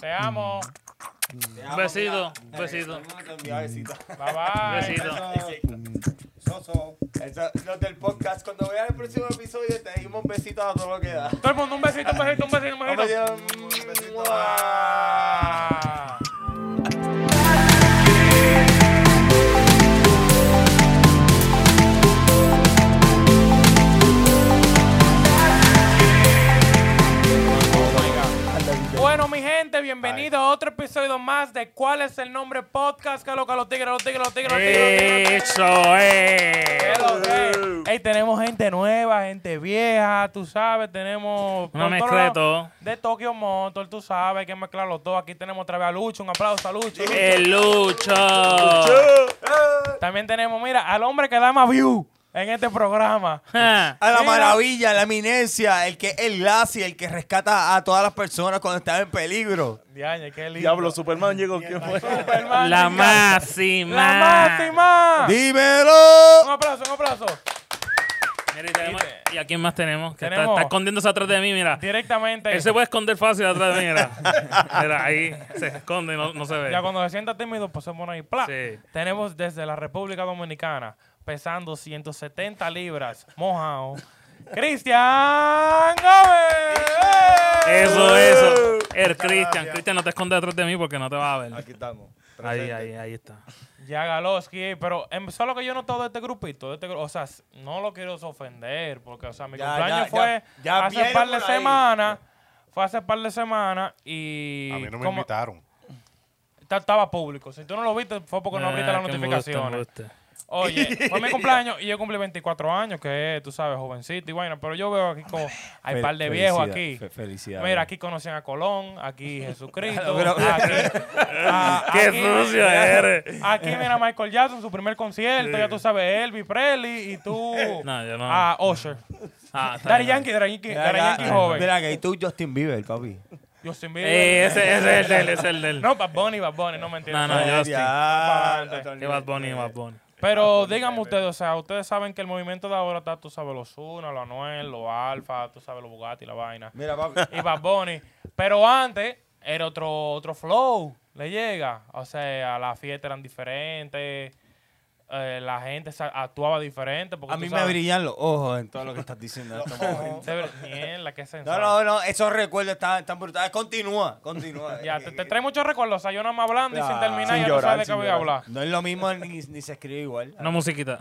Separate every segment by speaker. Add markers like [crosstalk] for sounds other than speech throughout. Speaker 1: Te amo.
Speaker 2: Un
Speaker 3: besito, un
Speaker 2: eh,
Speaker 3: besito.
Speaker 2: besito.
Speaker 1: Bye bye.
Speaker 3: Besito.
Speaker 2: Soso. Eso- Los del podcast, cuando vean el próximo episodio, te dimos besitos a todo lo que da.
Speaker 1: Todo el mundo, un besito, un besito, un besito, un
Speaker 2: Un
Speaker 1: besito.
Speaker 2: besito.
Speaker 1: Ah. Bueno, mi gente, bienvenido a otro episodio más de ¿Cuál es el nombre podcast? Que lo que los tigres, los tigres, los tigres, los tigres. los tigres.
Speaker 3: Eso es.
Speaker 1: Que lo que. eh. Ey, tenemos gente nueva, gente vieja, tú sabes, tenemos...
Speaker 3: Una
Speaker 1: por
Speaker 3: mezcla
Speaker 1: todos
Speaker 3: de
Speaker 1: lados.
Speaker 3: todo.
Speaker 1: De Tokyo Motor, tú sabes, hay que mezclar los dos. Aquí tenemos otra vez a Lucho, un aplauso a Lucho. Eh,
Speaker 3: El Lucho.
Speaker 2: Ah,
Speaker 1: También tenemos, mira, al hombre que da más view en este programa.
Speaker 3: Ja.
Speaker 2: A la
Speaker 1: Mira.
Speaker 2: maravilla, a la eminencia, el que el Lassie, el que rescata a todas las personas cuando están en peligro.
Speaker 1: Diañe, qué lindo.
Speaker 4: Diablo, Superman llegó. ¿Quién fue?
Speaker 1: Superman,
Speaker 3: La
Speaker 1: chica.
Speaker 3: máxima.
Speaker 1: La máxima. Un
Speaker 2: ¡Dímelo!
Speaker 1: aplauso, un aplauso.
Speaker 3: Mira, y, tenemos- ¿y a quién más tenemos? Que está-
Speaker 1: Tenemos-
Speaker 3: Está, escondiéndose atrás de mí, mira.
Speaker 1: Directamente.
Speaker 3: Él se puede esconder fácil atrás de
Speaker 1: [laughs]
Speaker 3: mí, mira. Mira, ahí se esconde, no, no se ve.
Speaker 1: Ya cuando se sienta tímido, pues se pone ahí. ¡Pla!
Speaker 3: Sí.
Speaker 1: Tenemos desde la República Dominicana, pesando 170 libras,
Speaker 5: [laughs]
Speaker 1: mojado, Cristian Gómez.
Speaker 3: Eso, eso. El Cristian. Cristian, no te escondes atrás de mí porque no te va a ver.
Speaker 4: Aquí estamos.
Speaker 3: Ahí, ahí, ahí está.
Speaker 1: Ya Galoski, pero em, solo que yo no todo de este grupito, de este gru- o sea, s- no lo quiero ofender, porque, o sea, mi
Speaker 2: Ya,
Speaker 1: cumpleaños
Speaker 2: ya,
Speaker 1: fue
Speaker 2: ya, ya
Speaker 1: hace un
Speaker 2: viene
Speaker 1: par de
Speaker 2: por ahí.
Speaker 1: semanas, fue hace par de semanas y
Speaker 5: A mí no me
Speaker 1: como-
Speaker 5: invitaron.
Speaker 1: ta- estaba público. Si tú no lo viste, fue porque no abriste las
Speaker 3: Ah, qué embuste,
Speaker 1: notificaciones.
Speaker 3: embuste. [laughs]
Speaker 1: Oye, fue mi cumpleaños y yo cumplí 24 años, que tú sabes, jovencito y vaina, pero yo veo aquí como hay un par de viejos aquí.
Speaker 4: Felicidades.
Speaker 1: Mira, aquí conocen a Colón, aquí
Speaker 3: [laughs]
Speaker 1: Jesucristo,
Speaker 2: Pero-
Speaker 1: aquí, a-
Speaker 3: ¡Qué
Speaker 1: aquí-
Speaker 3: sucio eres!
Speaker 1: Aquí mira Michael Jackson, su primer concierto, ya tú sabes, Elvis Presley y tú
Speaker 3: [laughs] No, yo no.
Speaker 1: a Usher.
Speaker 3: Ah, está
Speaker 1: Daddy
Speaker 3: bien.
Speaker 1: Yankee, Daddy Yankee,
Speaker 2: Mira,
Speaker 1: Daddy Yankee
Speaker 2: mira,
Speaker 1: joven.
Speaker 2: Mira, que y tú Justin Bieber, papi.
Speaker 1: Justin
Speaker 3: Eh,
Speaker 1: Bieber.
Speaker 3: ese, ese es el del, ese es el del.
Speaker 1: No, Bad Bunny, Bad Bunny, no me entiendes.
Speaker 3: No, no, yo- Justin.
Speaker 2: Ya,
Speaker 1: Adelante.
Speaker 2: otro
Speaker 3: Que Bad Bunny, Bad Bunny.
Speaker 1: Pero díganme ustedes, o sea, ustedes saben que el movimiento de ahora está, tú sabes, los Una, los Anuel, los Alfa, tú sabes, los Bugatti, la vaina.
Speaker 2: Mira, papi.
Speaker 1: Y Bad Bunny. Pero antes era otro, otro flow, le llega. O sea, las fiestas eran diferentes, eh, la gente sa- actuaba diferente. Porque
Speaker 2: A
Speaker 1: tú
Speaker 2: mí me
Speaker 1: sabes-
Speaker 2: brillan los ojos en todo lo que estás diciendo en este
Speaker 1: [laughs]
Speaker 2: estos momentos.
Speaker 1: Se ve- Mierda, qué
Speaker 2: No,
Speaker 1: sensación.
Speaker 2: no, no, esos recuerdos están, están brutales. Continúa, continúa.
Speaker 1: [laughs] Ya, te, te trae muchos recuerdos. O sea, yo nada más hablando y sin
Speaker 2: Ah,
Speaker 1: terminar
Speaker 4: sin
Speaker 1: ya no
Speaker 4: llorar,
Speaker 1: sabes de qué
Speaker 4: sin
Speaker 1: voy a
Speaker 4: llorar.
Speaker 1: hablar.
Speaker 2: No es lo mismo ni, ni se escribe
Speaker 1: [laughs]
Speaker 2: igual.
Speaker 3: Una musiquita.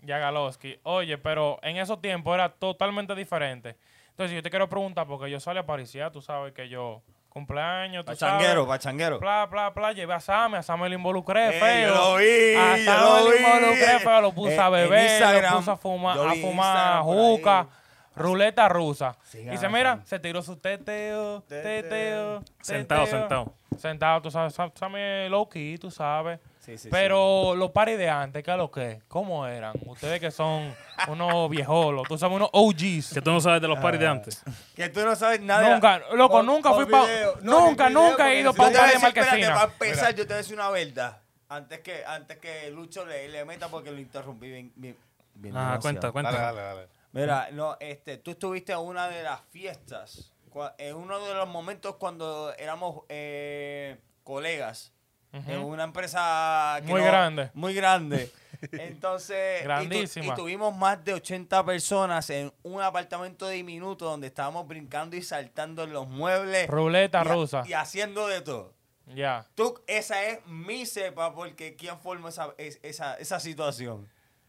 Speaker 1: Ya Galoski. Oye, pero en esos tiempos era totalmente diferente. Entonces, yo te quiero preguntar, porque yo salí a Parisía, tú sabes que yo cumpleaños, tú
Speaker 2: Pachanguero,
Speaker 1: sabes.
Speaker 2: pachanguero.
Speaker 1: Bla, bla, bla. Llevé a Sammy, a Sammy lo involucré,
Speaker 2: Eh,
Speaker 1: feo.
Speaker 2: yo lo vi,
Speaker 1: A
Speaker 2: yo
Speaker 1: Sammy
Speaker 2: lo
Speaker 1: lo
Speaker 2: vi.
Speaker 1: involucré, feo. Lo puse a
Speaker 2: En- en
Speaker 1: beber, lo
Speaker 2: Instagram,
Speaker 1: puse a fumar,
Speaker 2: yo
Speaker 1: a
Speaker 2: vi
Speaker 1: fumar
Speaker 2: Instagram por ahí.
Speaker 1: juca, ruleta rusa. y dice,
Speaker 2: a
Speaker 1: mira, se tiró su teteo, teteo,
Speaker 3: Sentado,
Speaker 1: teteo.
Speaker 3: sentado.
Speaker 1: Sentado, tú sabes, Sam- Sammy es low key, tú sabes.
Speaker 2: Sí, sí,
Speaker 1: Pero los paris de antes, ¿qué es lo que? ¿Cómo eran? Ustedes que son unos viejolos, tú sabes, unos OGs.
Speaker 3: Que tú no sabes de los paris de antes. Ah,
Speaker 2: sí. Que tú no sabes nada.
Speaker 1: Nunca, loco,
Speaker 2: Por-
Speaker 1: nunca
Speaker 2: por
Speaker 1: fui pa-
Speaker 2: video. No,
Speaker 1: Nunca,
Speaker 2: ni video,
Speaker 1: nunca he
Speaker 2: porque
Speaker 1: ido
Speaker 2: si
Speaker 1: para un par de
Speaker 2: yo te voy a decir, espérate,
Speaker 1: marquesinas.
Speaker 2: Para empezar, yo te voy a decir una verdad. Antes que, antes que Lucho le, le meta porque lo interrumpí bien. bien, bien
Speaker 3: Ah,
Speaker 2: demasiado.
Speaker 3: cuenta,
Speaker 5: Dale,
Speaker 3: cuenta.
Speaker 5: dale, dale.
Speaker 2: Mira, no, este, tú estuviste en una de las fiestas, cua- en uno de los momentos cuando éramos eh, colegas en una empresa que
Speaker 1: Muy grande. [laughs]
Speaker 2: Muy grande. Entonces, y tu- Y,
Speaker 1: Grandísima.
Speaker 2: tuvimos más de 80 personas en un apartamento diminuto donde estábamos brincando y saltando en los muebles.
Speaker 1: Ruleta
Speaker 2: y ha-
Speaker 1: rusa.
Speaker 2: Y haciendo de todo.
Speaker 1: Ya.
Speaker 2: Tú, esa es mi cepa porque ¿quién formó esa, es- esa, esa situación?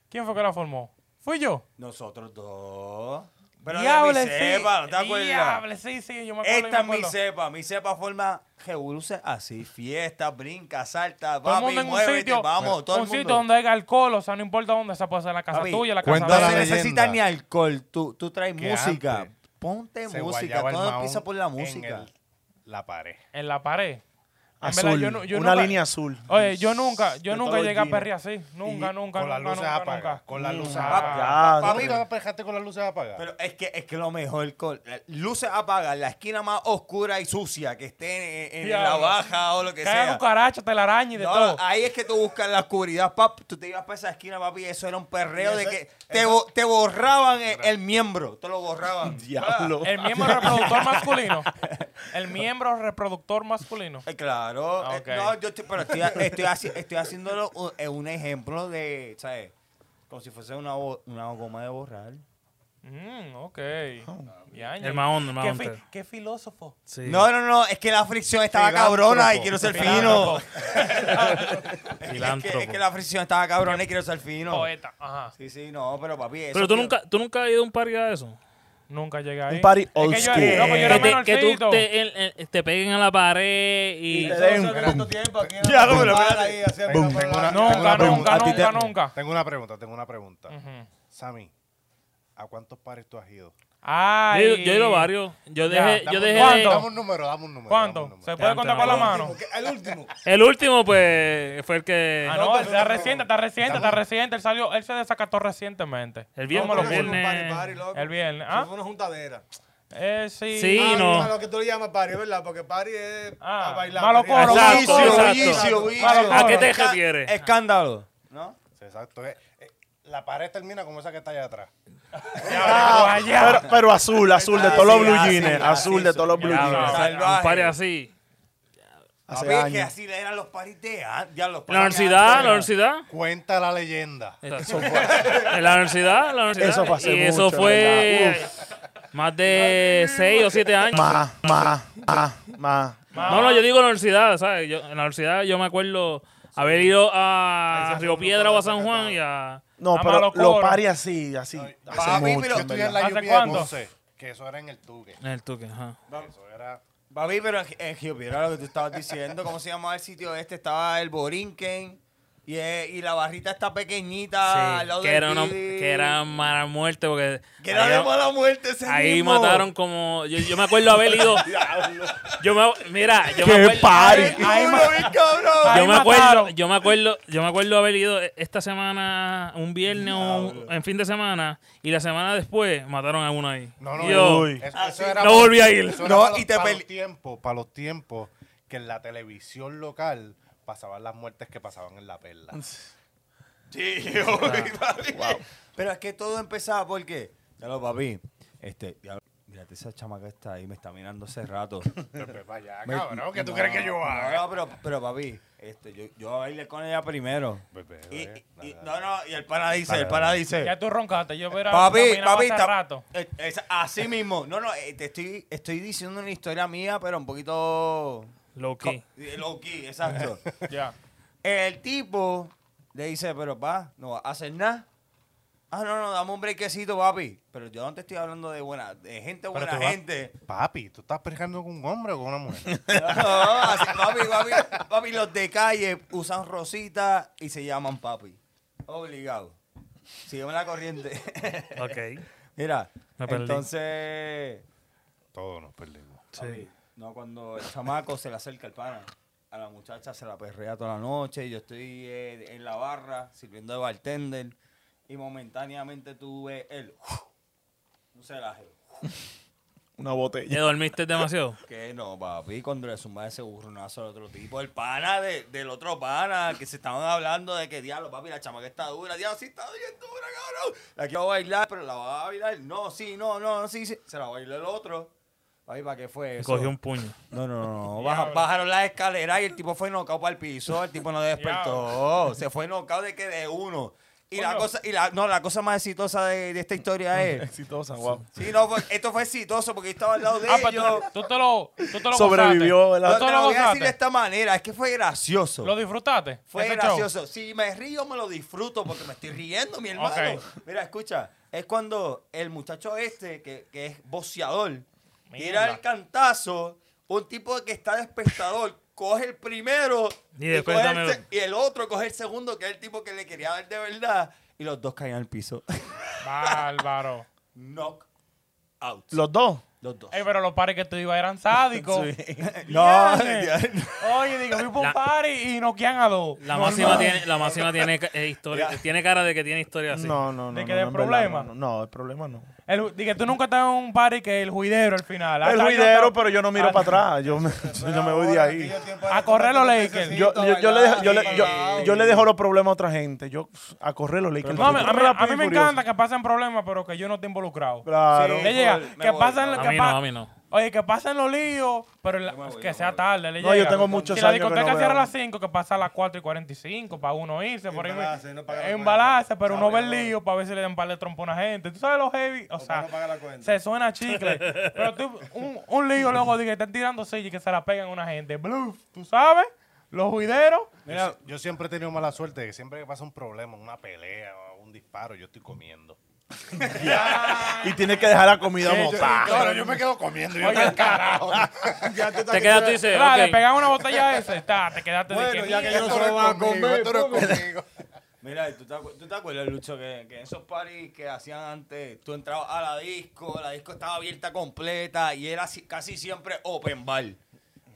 Speaker 1: ¿Quién fue que la formó? ¿Fui yo?
Speaker 2: Nosotros dos. Pero
Speaker 1: Diable,
Speaker 2: de mi cepa, ¿no te acuerdas?
Speaker 1: Diable, sí, sí, yo me acuerdo.
Speaker 2: Esta
Speaker 1: yo me
Speaker 2: es mi
Speaker 1: acuerdo.
Speaker 2: cepa. Mi cepa forma revoluce así. Fiesta, brinca, salta,
Speaker 1: Todo el
Speaker 2: papi,
Speaker 1: mundo en un
Speaker 2: muévete,
Speaker 1: sitio,
Speaker 2: vamos, todo
Speaker 1: un
Speaker 2: el mundo.
Speaker 1: sitio donde haya alcohol, o sea, no importa dónde, esa puede ser la casa
Speaker 2: Papi,
Speaker 1: tuya, la
Speaker 5: cuenta
Speaker 1: casa
Speaker 2: no
Speaker 1: de
Speaker 5: la
Speaker 2: se
Speaker 1: él.
Speaker 5: leyenda.
Speaker 2: necesita ni alcohol. Tú, tú traes
Speaker 5: Que
Speaker 2: música.
Speaker 5: antes
Speaker 2: Ponte música.
Speaker 5: Se guayaba el
Speaker 2: Todo
Speaker 5: mahón
Speaker 2: empieza por la
Speaker 5: en
Speaker 2: música.
Speaker 5: el- la pared.
Speaker 1: en la pared. En verdad,
Speaker 4: Azul.
Speaker 1: yo nu- yo
Speaker 4: una
Speaker 1: nunca-
Speaker 4: línea azul.
Speaker 1: Oye, yo nunca, yo
Speaker 4: De
Speaker 1: nunca
Speaker 4: todos los
Speaker 1: llegué a
Speaker 4: jeans.
Speaker 1: perrear así. Nunca, nunca,
Speaker 5: con
Speaker 1: nunca,
Speaker 5: las luces
Speaker 1: nunca,
Speaker 5: apagadas.
Speaker 1: nunca.
Speaker 5: Con las luces
Speaker 1: Nunca.
Speaker 5: apagadas.
Speaker 4: Ya,
Speaker 2: Papi,
Speaker 4: no.
Speaker 5: ¿Nunca dejaste con las luces apagadas?
Speaker 2: Pero es que, es que lo mejor, col- luces apagan, la esquina más oscura y sucia que esté en, en la
Speaker 1: Diablo.
Speaker 2: baja o lo que
Speaker 1: Que haya
Speaker 2: sea.
Speaker 1: cucaracha, telaraña y de
Speaker 2: No,
Speaker 1: todo.
Speaker 2: ahí es que tú buscas la oscuridad, papi. Tú te ibas para esa esquina, papi, y eso era un perreo
Speaker 4: Y
Speaker 2: de
Speaker 4: ese-
Speaker 2: que te, bo- te borraban el, el miembro. Te lo borraban.
Speaker 4: Diablo.
Speaker 2: [laughs]
Speaker 1: El mismo reproductor masculino. el miembro reproductor masculino.
Speaker 2: Eh, Claro.
Speaker 1: Ah,
Speaker 2: eh,
Speaker 1: ok.
Speaker 2: no, yo estoy, pero estoy, estoy, haci- estoy haciéndolo u- eh, un ejemplo de, ¿sabes? Como si fuese una, bo- una goma de borrar.
Speaker 1: Mm, ok. Y año.
Speaker 3: El Mahón, el
Speaker 1: ¿Qué,
Speaker 3: Mahón.
Speaker 1: fi-
Speaker 3: te-
Speaker 1: qué filósofo.
Speaker 3: Sí.
Speaker 2: No, no, no, es que la fricción estaba
Speaker 5: Filántropo.
Speaker 2: cabrona y quiero ser fino.
Speaker 1: Filántropo.
Speaker 2: Es que- Es que,
Speaker 3: Filántropo.
Speaker 2: es que la fricción estaba cabrona y quiero ser fino.
Speaker 1: Poeta. Ajá.
Speaker 2: Sí, sí, no, pero papi, eso
Speaker 3: Pero tú
Speaker 2: que-
Speaker 3: nunca, tú nunca has ido a un party a eso. Eh,
Speaker 1: Nunca llegué ahí.
Speaker 4: party
Speaker 1: Es
Speaker 4: old
Speaker 1: que yo- eh,
Speaker 4: school.
Speaker 1: loco, pues yo era
Speaker 3: que, te, que
Speaker 1: menorcito.
Speaker 3: tú te, eh, en- en- te peguen a la pared y.
Speaker 4: Y te
Speaker 6: Eso
Speaker 4: den-
Speaker 6: no se ha visto tiempo aquí en la-
Speaker 4: Ya, pero
Speaker 6: para
Speaker 4: espérate.
Speaker 6: ahí, así,
Speaker 5: Boom.
Speaker 6: para
Speaker 5: Tengo
Speaker 6: la-
Speaker 1: Nunca,
Speaker 5: una- tengo una
Speaker 1: nunca,
Speaker 4: pregunta.
Speaker 1: nunca,
Speaker 4: A ti te-
Speaker 1: nunca.
Speaker 5: Tengo una pregunta, tengo una pregunta.
Speaker 1: Ujú.
Speaker 5: Sammy, ¿a cuántos pares tú has ido?
Speaker 3: Yo,
Speaker 1: Ay.
Speaker 3: yo he ido a varios. Yo
Speaker 1: Ya,
Speaker 3: dejé.
Speaker 1: dame
Speaker 3: yo
Speaker 5: un-
Speaker 3: dejé
Speaker 1: ¿Cuánto?
Speaker 5: Dame un número, dame un número. dame
Speaker 1: ¿Cuánto?
Speaker 5: un
Speaker 1: ¿Se
Speaker 5: número.
Speaker 1: puede contar con la mano?
Speaker 6: que- El último.
Speaker 3: El último, pues, fue el que.
Speaker 1: Ah,
Speaker 6: No,
Speaker 1: no,
Speaker 6: pero
Speaker 1: está
Speaker 6: no,
Speaker 1: reciente, está reciente, está reciente. Él salió, él se desacató recientemente.
Speaker 3: El
Speaker 6: No,
Speaker 3: viernes,
Speaker 6: pero
Speaker 3: los
Speaker 6: eso fue un
Speaker 3: viernes.
Speaker 6: party, party, loco.
Speaker 1: El viernes,
Speaker 6: Eso
Speaker 1: ¿ah?
Speaker 6: Fue una juntadera.
Speaker 1: Eh, sí.
Speaker 3: Sí.
Speaker 6: Ah,
Speaker 3: no.
Speaker 6: A lo que tú le llamas party, ¿verdad? Porque party es
Speaker 1: Ah,
Speaker 6: a bailar.
Speaker 1: malo
Speaker 6: perrear.
Speaker 1: coro,
Speaker 3: Exacto,
Speaker 2: Bullicio,
Speaker 3: exacto.
Speaker 2: bullicio, bullicio.
Speaker 1: Claro,
Speaker 3: ¿A qué te
Speaker 2: Esca-
Speaker 3: refieres?
Speaker 2: Escándalo. ¿No?
Speaker 5: Exacto. eh, eh, La pared termina como esa que está allá atrás.
Speaker 1: Ya, ya.
Speaker 4: Pero, pero azul, azul de
Speaker 2: Ah,
Speaker 4: todos los
Speaker 2: sí,
Speaker 4: blue
Speaker 2: ah,
Speaker 4: jeans.
Speaker 2: sí, ah,
Speaker 4: Azul
Speaker 2: sí,
Speaker 4: de
Speaker 2: sí.
Speaker 4: todos los blue
Speaker 3: Ya,
Speaker 1: Diablo.
Speaker 4: jeans.
Speaker 3: o sea, un party así.
Speaker 4: Hace
Speaker 2: Papi, es que
Speaker 4: años.
Speaker 2: así eran los paris de an- ya los
Speaker 3: La
Speaker 2: paris de
Speaker 3: universidad,
Speaker 2: antes.
Speaker 3: la universidad.
Speaker 5: Cuenta la leyenda.
Speaker 3: Eso fue. En la universidad, en la universidad.
Speaker 4: Eso fue hace
Speaker 3: Y eso
Speaker 4: mucho,
Speaker 3: fue
Speaker 4: ¿verdad?
Speaker 3: más de 6 o 7 años.
Speaker 4: Más, más, más, más.
Speaker 3: No, no, yo digo en la universidad, ¿sabes? Yo, en la universidad yo me acuerdo haber ido a
Speaker 6: Ahí se
Speaker 3: Río
Speaker 6: fue
Speaker 3: Piedra
Speaker 6: un
Speaker 3: o a
Speaker 6: poco
Speaker 3: San
Speaker 6: de
Speaker 3: Juan
Speaker 6: sacatado.
Speaker 3: y a...
Speaker 4: No,
Speaker 1: Ah,
Speaker 4: pero
Speaker 1: malo
Speaker 4: los
Speaker 1: coro.
Speaker 4: pares así, así. Hace
Speaker 2: papi,
Speaker 4: mucho,
Speaker 2: pero
Speaker 5: Yo estudié
Speaker 4: en
Speaker 5: en
Speaker 4: verdad.
Speaker 5: la
Speaker 1: Eh, ¿Hace
Speaker 5: UPI de
Speaker 1: cuánto?
Speaker 5: Ponce, que eso era en el Tuque.
Speaker 3: En el Tuque, ajá.
Speaker 5: Eso era...
Speaker 2: Papi, pero en- en Río Piedra lo que tú estabas diciendo, ¿cómo se llamaba el sitio este? Estaba el Borinquen y, eh, y la barrita está pequeñita al lado
Speaker 3: Sí, que
Speaker 2: Ah, del
Speaker 3: era, una-
Speaker 2: Didi.
Speaker 3: que era mala muerte porque...
Speaker 2: Que era de
Speaker 3: ahí-
Speaker 2: mala muerte ese
Speaker 3: Ahí
Speaker 2: mismo. [laughs]
Speaker 3: mataron como... Yo, yo me acuerdo haber ido... yo me, mira, yo me
Speaker 4: ¡Qué
Speaker 3: acuerdo...
Speaker 4: party!
Speaker 2: Ay, duro, bien cabrón.
Speaker 1: Ahí
Speaker 3: Yo me, acuerdo,
Speaker 1: mataron.
Speaker 3: yo me acuerdo, yo me acuerdo haber ido e, esta semana, un viernes o un, en fin de semana, y la semana después mataron a uno ahí.
Speaker 5: No, no,
Speaker 3: Yo,
Speaker 4: uy.
Speaker 5: eso- eso era
Speaker 3: no
Speaker 5: pa-
Speaker 3: volví a ir.
Speaker 5: eso era
Speaker 2: No,
Speaker 5: para
Speaker 2: y
Speaker 5: los-
Speaker 2: te
Speaker 5: para
Speaker 2: pel-
Speaker 5: los tiempos, para los tiempos que en la televisión local pasaban las muertes que pasaban en la perla.
Speaker 2: Pero es que todo empezaba porque, ya lo papi, este, ya, mírate esa chamaca está ahí, me está mirando hace rato.
Speaker 5: Pero, pues, vaya,
Speaker 2: Me-
Speaker 5: cabrón, ¿qué tú
Speaker 2: no,
Speaker 5: crees que yo haga?
Speaker 2: No, no, pero, pero papi, este, yo, yo bailé con ella primero.
Speaker 5: Pues, pues,
Speaker 2: Y,
Speaker 5: pues,
Speaker 2: y- y-
Speaker 5: nada.
Speaker 2: no, no, y el pana dice,
Speaker 5: Dale,
Speaker 2: el pana
Speaker 5: dale.
Speaker 2: dice.
Speaker 1: Ya tú roncaste, yo hubiera
Speaker 2: Papi,
Speaker 1: caminado
Speaker 2: papi,
Speaker 1: hace
Speaker 2: está-
Speaker 1: rato.
Speaker 2: eh, es así mismo. No, no, eh, te estoy, estoy diciendo una historia mía, pero un poquito
Speaker 3: Low
Speaker 2: co-
Speaker 3: key.
Speaker 2: eh, low
Speaker 1: [laughs]
Speaker 2: key, exacto.
Speaker 1: Ya.
Speaker 2: El tipo le dice, pero pa, no vas a hacer nada. Ah, no, no, dame un brequecito, papi. Pero yo no te estoy hablando de buena, de gente buena
Speaker 5: tú vas-
Speaker 2: gente.
Speaker 5: Papi, ¿tú estás peleando con un hombre o con una mujer?
Speaker 2: No, así, papi, papi, papi, los de calle usan rosita y se llaman papi. Obligado. Sígueme la corriente.
Speaker 3: Ok.
Speaker 2: Mira,
Speaker 3: Me perdí.
Speaker 2: entonces...
Speaker 5: Todos nos perdimos.
Speaker 3: Sí.
Speaker 2: No, cuando el chamaco se le acerca el pana. A la muchacha se la perrea toda la noche. Yo estoy eh, en la barra sirviendo de bartender. Y momentáneamente tuve el. Un celaje.
Speaker 4: Una
Speaker 3: ¿Ya
Speaker 4: botella.
Speaker 3: dormiste demasiado?
Speaker 2: Que no, papi. Cuando le zumba ese burronazo al otro tipo. El pana de- del otro pana. Que se estaban hablando de que diablo, papi, la chamaca está dura. Diablo, sí está bien dura, cabrón. La quiero bailar, pero la va a bailar. No, sí, no, no, no, sí, sí. Se la bailó el otro. Papi, ¿para qué fue eso?
Speaker 3: Cogió un puño.
Speaker 2: No, no,
Speaker 1: [laughs]
Speaker 2: no. no. Baja- bajaron las escaleras y el tipo fue knockout para el piso. El
Speaker 1: [laughs]
Speaker 2: tipo no despertó. Se fue knockout de que de uno. Y la
Speaker 1: Coño.
Speaker 2: cosa, y la, no, la cosa más exitosa de, de esta historia
Speaker 1: [laughs]
Speaker 2: es.
Speaker 4: Exitosa, wow.
Speaker 2: Sí, no, fue- esto fue exitoso porque yo estaba al lado de
Speaker 1: Ah,
Speaker 2: ellos.
Speaker 1: pero tú, tú te lo, tú te lo
Speaker 4: Sobrevivió,
Speaker 1: gozaste.
Speaker 2: No
Speaker 4: ¿verdad?
Speaker 1: Tú
Speaker 2: te
Speaker 1: te
Speaker 2: lo
Speaker 1: lo
Speaker 2: voy a decir de
Speaker 1: gozaste.
Speaker 2: esta manera, es que fue gracioso.
Speaker 1: ¿Lo disfrutaste?
Speaker 2: Fue
Speaker 1: ese show?
Speaker 2: gracioso. Si me río, me lo disfruto porque me estoy riendo, mi hermano.
Speaker 1: Ok.
Speaker 2: Mira, escucha. Es cuando el muchacho este, que, que es boceador, tira
Speaker 1: Mierda.
Speaker 2: el cantazo. Un tipo que está despertador coge el primero
Speaker 3: Y después
Speaker 2: coge
Speaker 3: dame
Speaker 2: el se-
Speaker 3: otro.
Speaker 2: y el otro coge el segundo, que es el tipo que le quería dar de verdad. Y los dos caen al piso. [laughs]
Speaker 1: Bárbaro.
Speaker 2: Knock out.
Speaker 4: Los dos.
Speaker 2: Los dos.
Speaker 1: Ey, pero los pares que tú ibas eran sádicos. [laughs]
Speaker 2: No,
Speaker 1: Oye, digo, fui por un
Speaker 3: La-
Speaker 1: party y noquean a dos.
Speaker 3: La
Speaker 1: No,
Speaker 3: máxima
Speaker 1: no.
Speaker 3: tiene, la máxima tiene ca- eh, historia,
Speaker 2: Ya.
Speaker 3: tiene cara de que tiene historia así.
Speaker 4: No, no, no.
Speaker 1: ¿De
Speaker 4: no,
Speaker 1: qué
Speaker 4: no,
Speaker 1: de
Speaker 4: en verdad,
Speaker 1: problema?
Speaker 4: No, no, el problema no.
Speaker 1: El, dije, tú nunca estás en un party que el juidero al final.
Speaker 4: El
Speaker 1: Hasta yo
Speaker 4: ruidero,
Speaker 1: estaba-
Speaker 4: pero yo no miro
Speaker 1: Ah,
Speaker 4: para atrás. Yo me, [laughs] yo me voy de
Speaker 6: Ahora,
Speaker 4: ahí.
Speaker 6: aquellos tiempos era
Speaker 1: A correr
Speaker 6: tomar
Speaker 1: los
Speaker 6: un
Speaker 1: Lakers.
Speaker 4: Yo,
Speaker 6: cafecito,
Speaker 4: yo, yo le, dejo- yo, le,
Speaker 6: bailar,
Speaker 4: yo,
Speaker 6: sí.
Speaker 4: yo le dejo los problemas a otra gente. Yo a correr los Lakers.
Speaker 1: No, a mí, a mí- a mí
Speaker 4: Rápido y
Speaker 1: me
Speaker 4: furioso.
Speaker 1: encanta que pasen problemas, pero que yo no esté involucrado.
Speaker 4: Claro.
Speaker 2: Sí.
Speaker 1: Le llega,
Speaker 2: Me
Speaker 1: que
Speaker 2: voy,
Speaker 1: pasen,
Speaker 2: no.
Speaker 1: que
Speaker 3: A mí mí
Speaker 1: pa-
Speaker 3: no, a mí no.
Speaker 1: Oye, que pasen los líos, pero la-
Speaker 2: Yo me voy, yo
Speaker 1: que
Speaker 2: me
Speaker 1: sea
Speaker 2: voy.
Speaker 1: tarde. le
Speaker 4: No, yo
Speaker 1: llega.
Speaker 4: tengo muchos
Speaker 1: si la
Speaker 4: años que
Speaker 1: discoteca
Speaker 4: no
Speaker 1: cierra a
Speaker 4: veo.
Speaker 1: las 5, que pasa a las 4 y 45 para uno irse. Por ahí
Speaker 6: Embalarse, no pagar la
Speaker 1: en balarse,
Speaker 6: cuenta.
Speaker 1: pero uno ve el
Speaker 6: Sabemos.
Speaker 1: lío para ver si le dan un par de trompo a una gente. Tú sabes los heavy, o
Speaker 6: O para
Speaker 1: sea,
Speaker 6: no pagar la cuenta.
Speaker 1: se suena
Speaker 6: [laughs]
Speaker 1: chicle. pero tú, un, un lío luego de que están tirando silla y que se la pegan a una gente. Bluff, tú sabes, los juideros.
Speaker 5: Yo, si- yo siempre he tenido mala suerte de que siempre que pasa un problema, una pelea o un disparo, yo estoy comiendo.
Speaker 4: Y tienes que dejar la comida
Speaker 1: Sí, yo-
Speaker 4: botada.
Speaker 5: Claro, yo me quedo comiendo. Yo
Speaker 1: Oye, [laughs]
Speaker 5: carajo.
Speaker 6: Ya tú estás
Speaker 3: Te
Speaker 6: que
Speaker 3: quedas
Speaker 6: tú
Speaker 3: tú y
Speaker 6: eres-
Speaker 3: dices,
Speaker 1: Claro,
Speaker 3: ok.
Speaker 1: le pegan una botella a ese, ta, te quedaste de
Speaker 6: Bueno,
Speaker 1: que
Speaker 6: ya que
Speaker 1: mierda.
Speaker 6: yo no se lo voy a comer. ponme.
Speaker 2: Mira, ¿tú te, acu- tú te acuerdas, Lucho, que, que en esos parties que hacían antes, tú entrabas a la disco, la disco estaba abierta completa y era si- casi siempre open bar.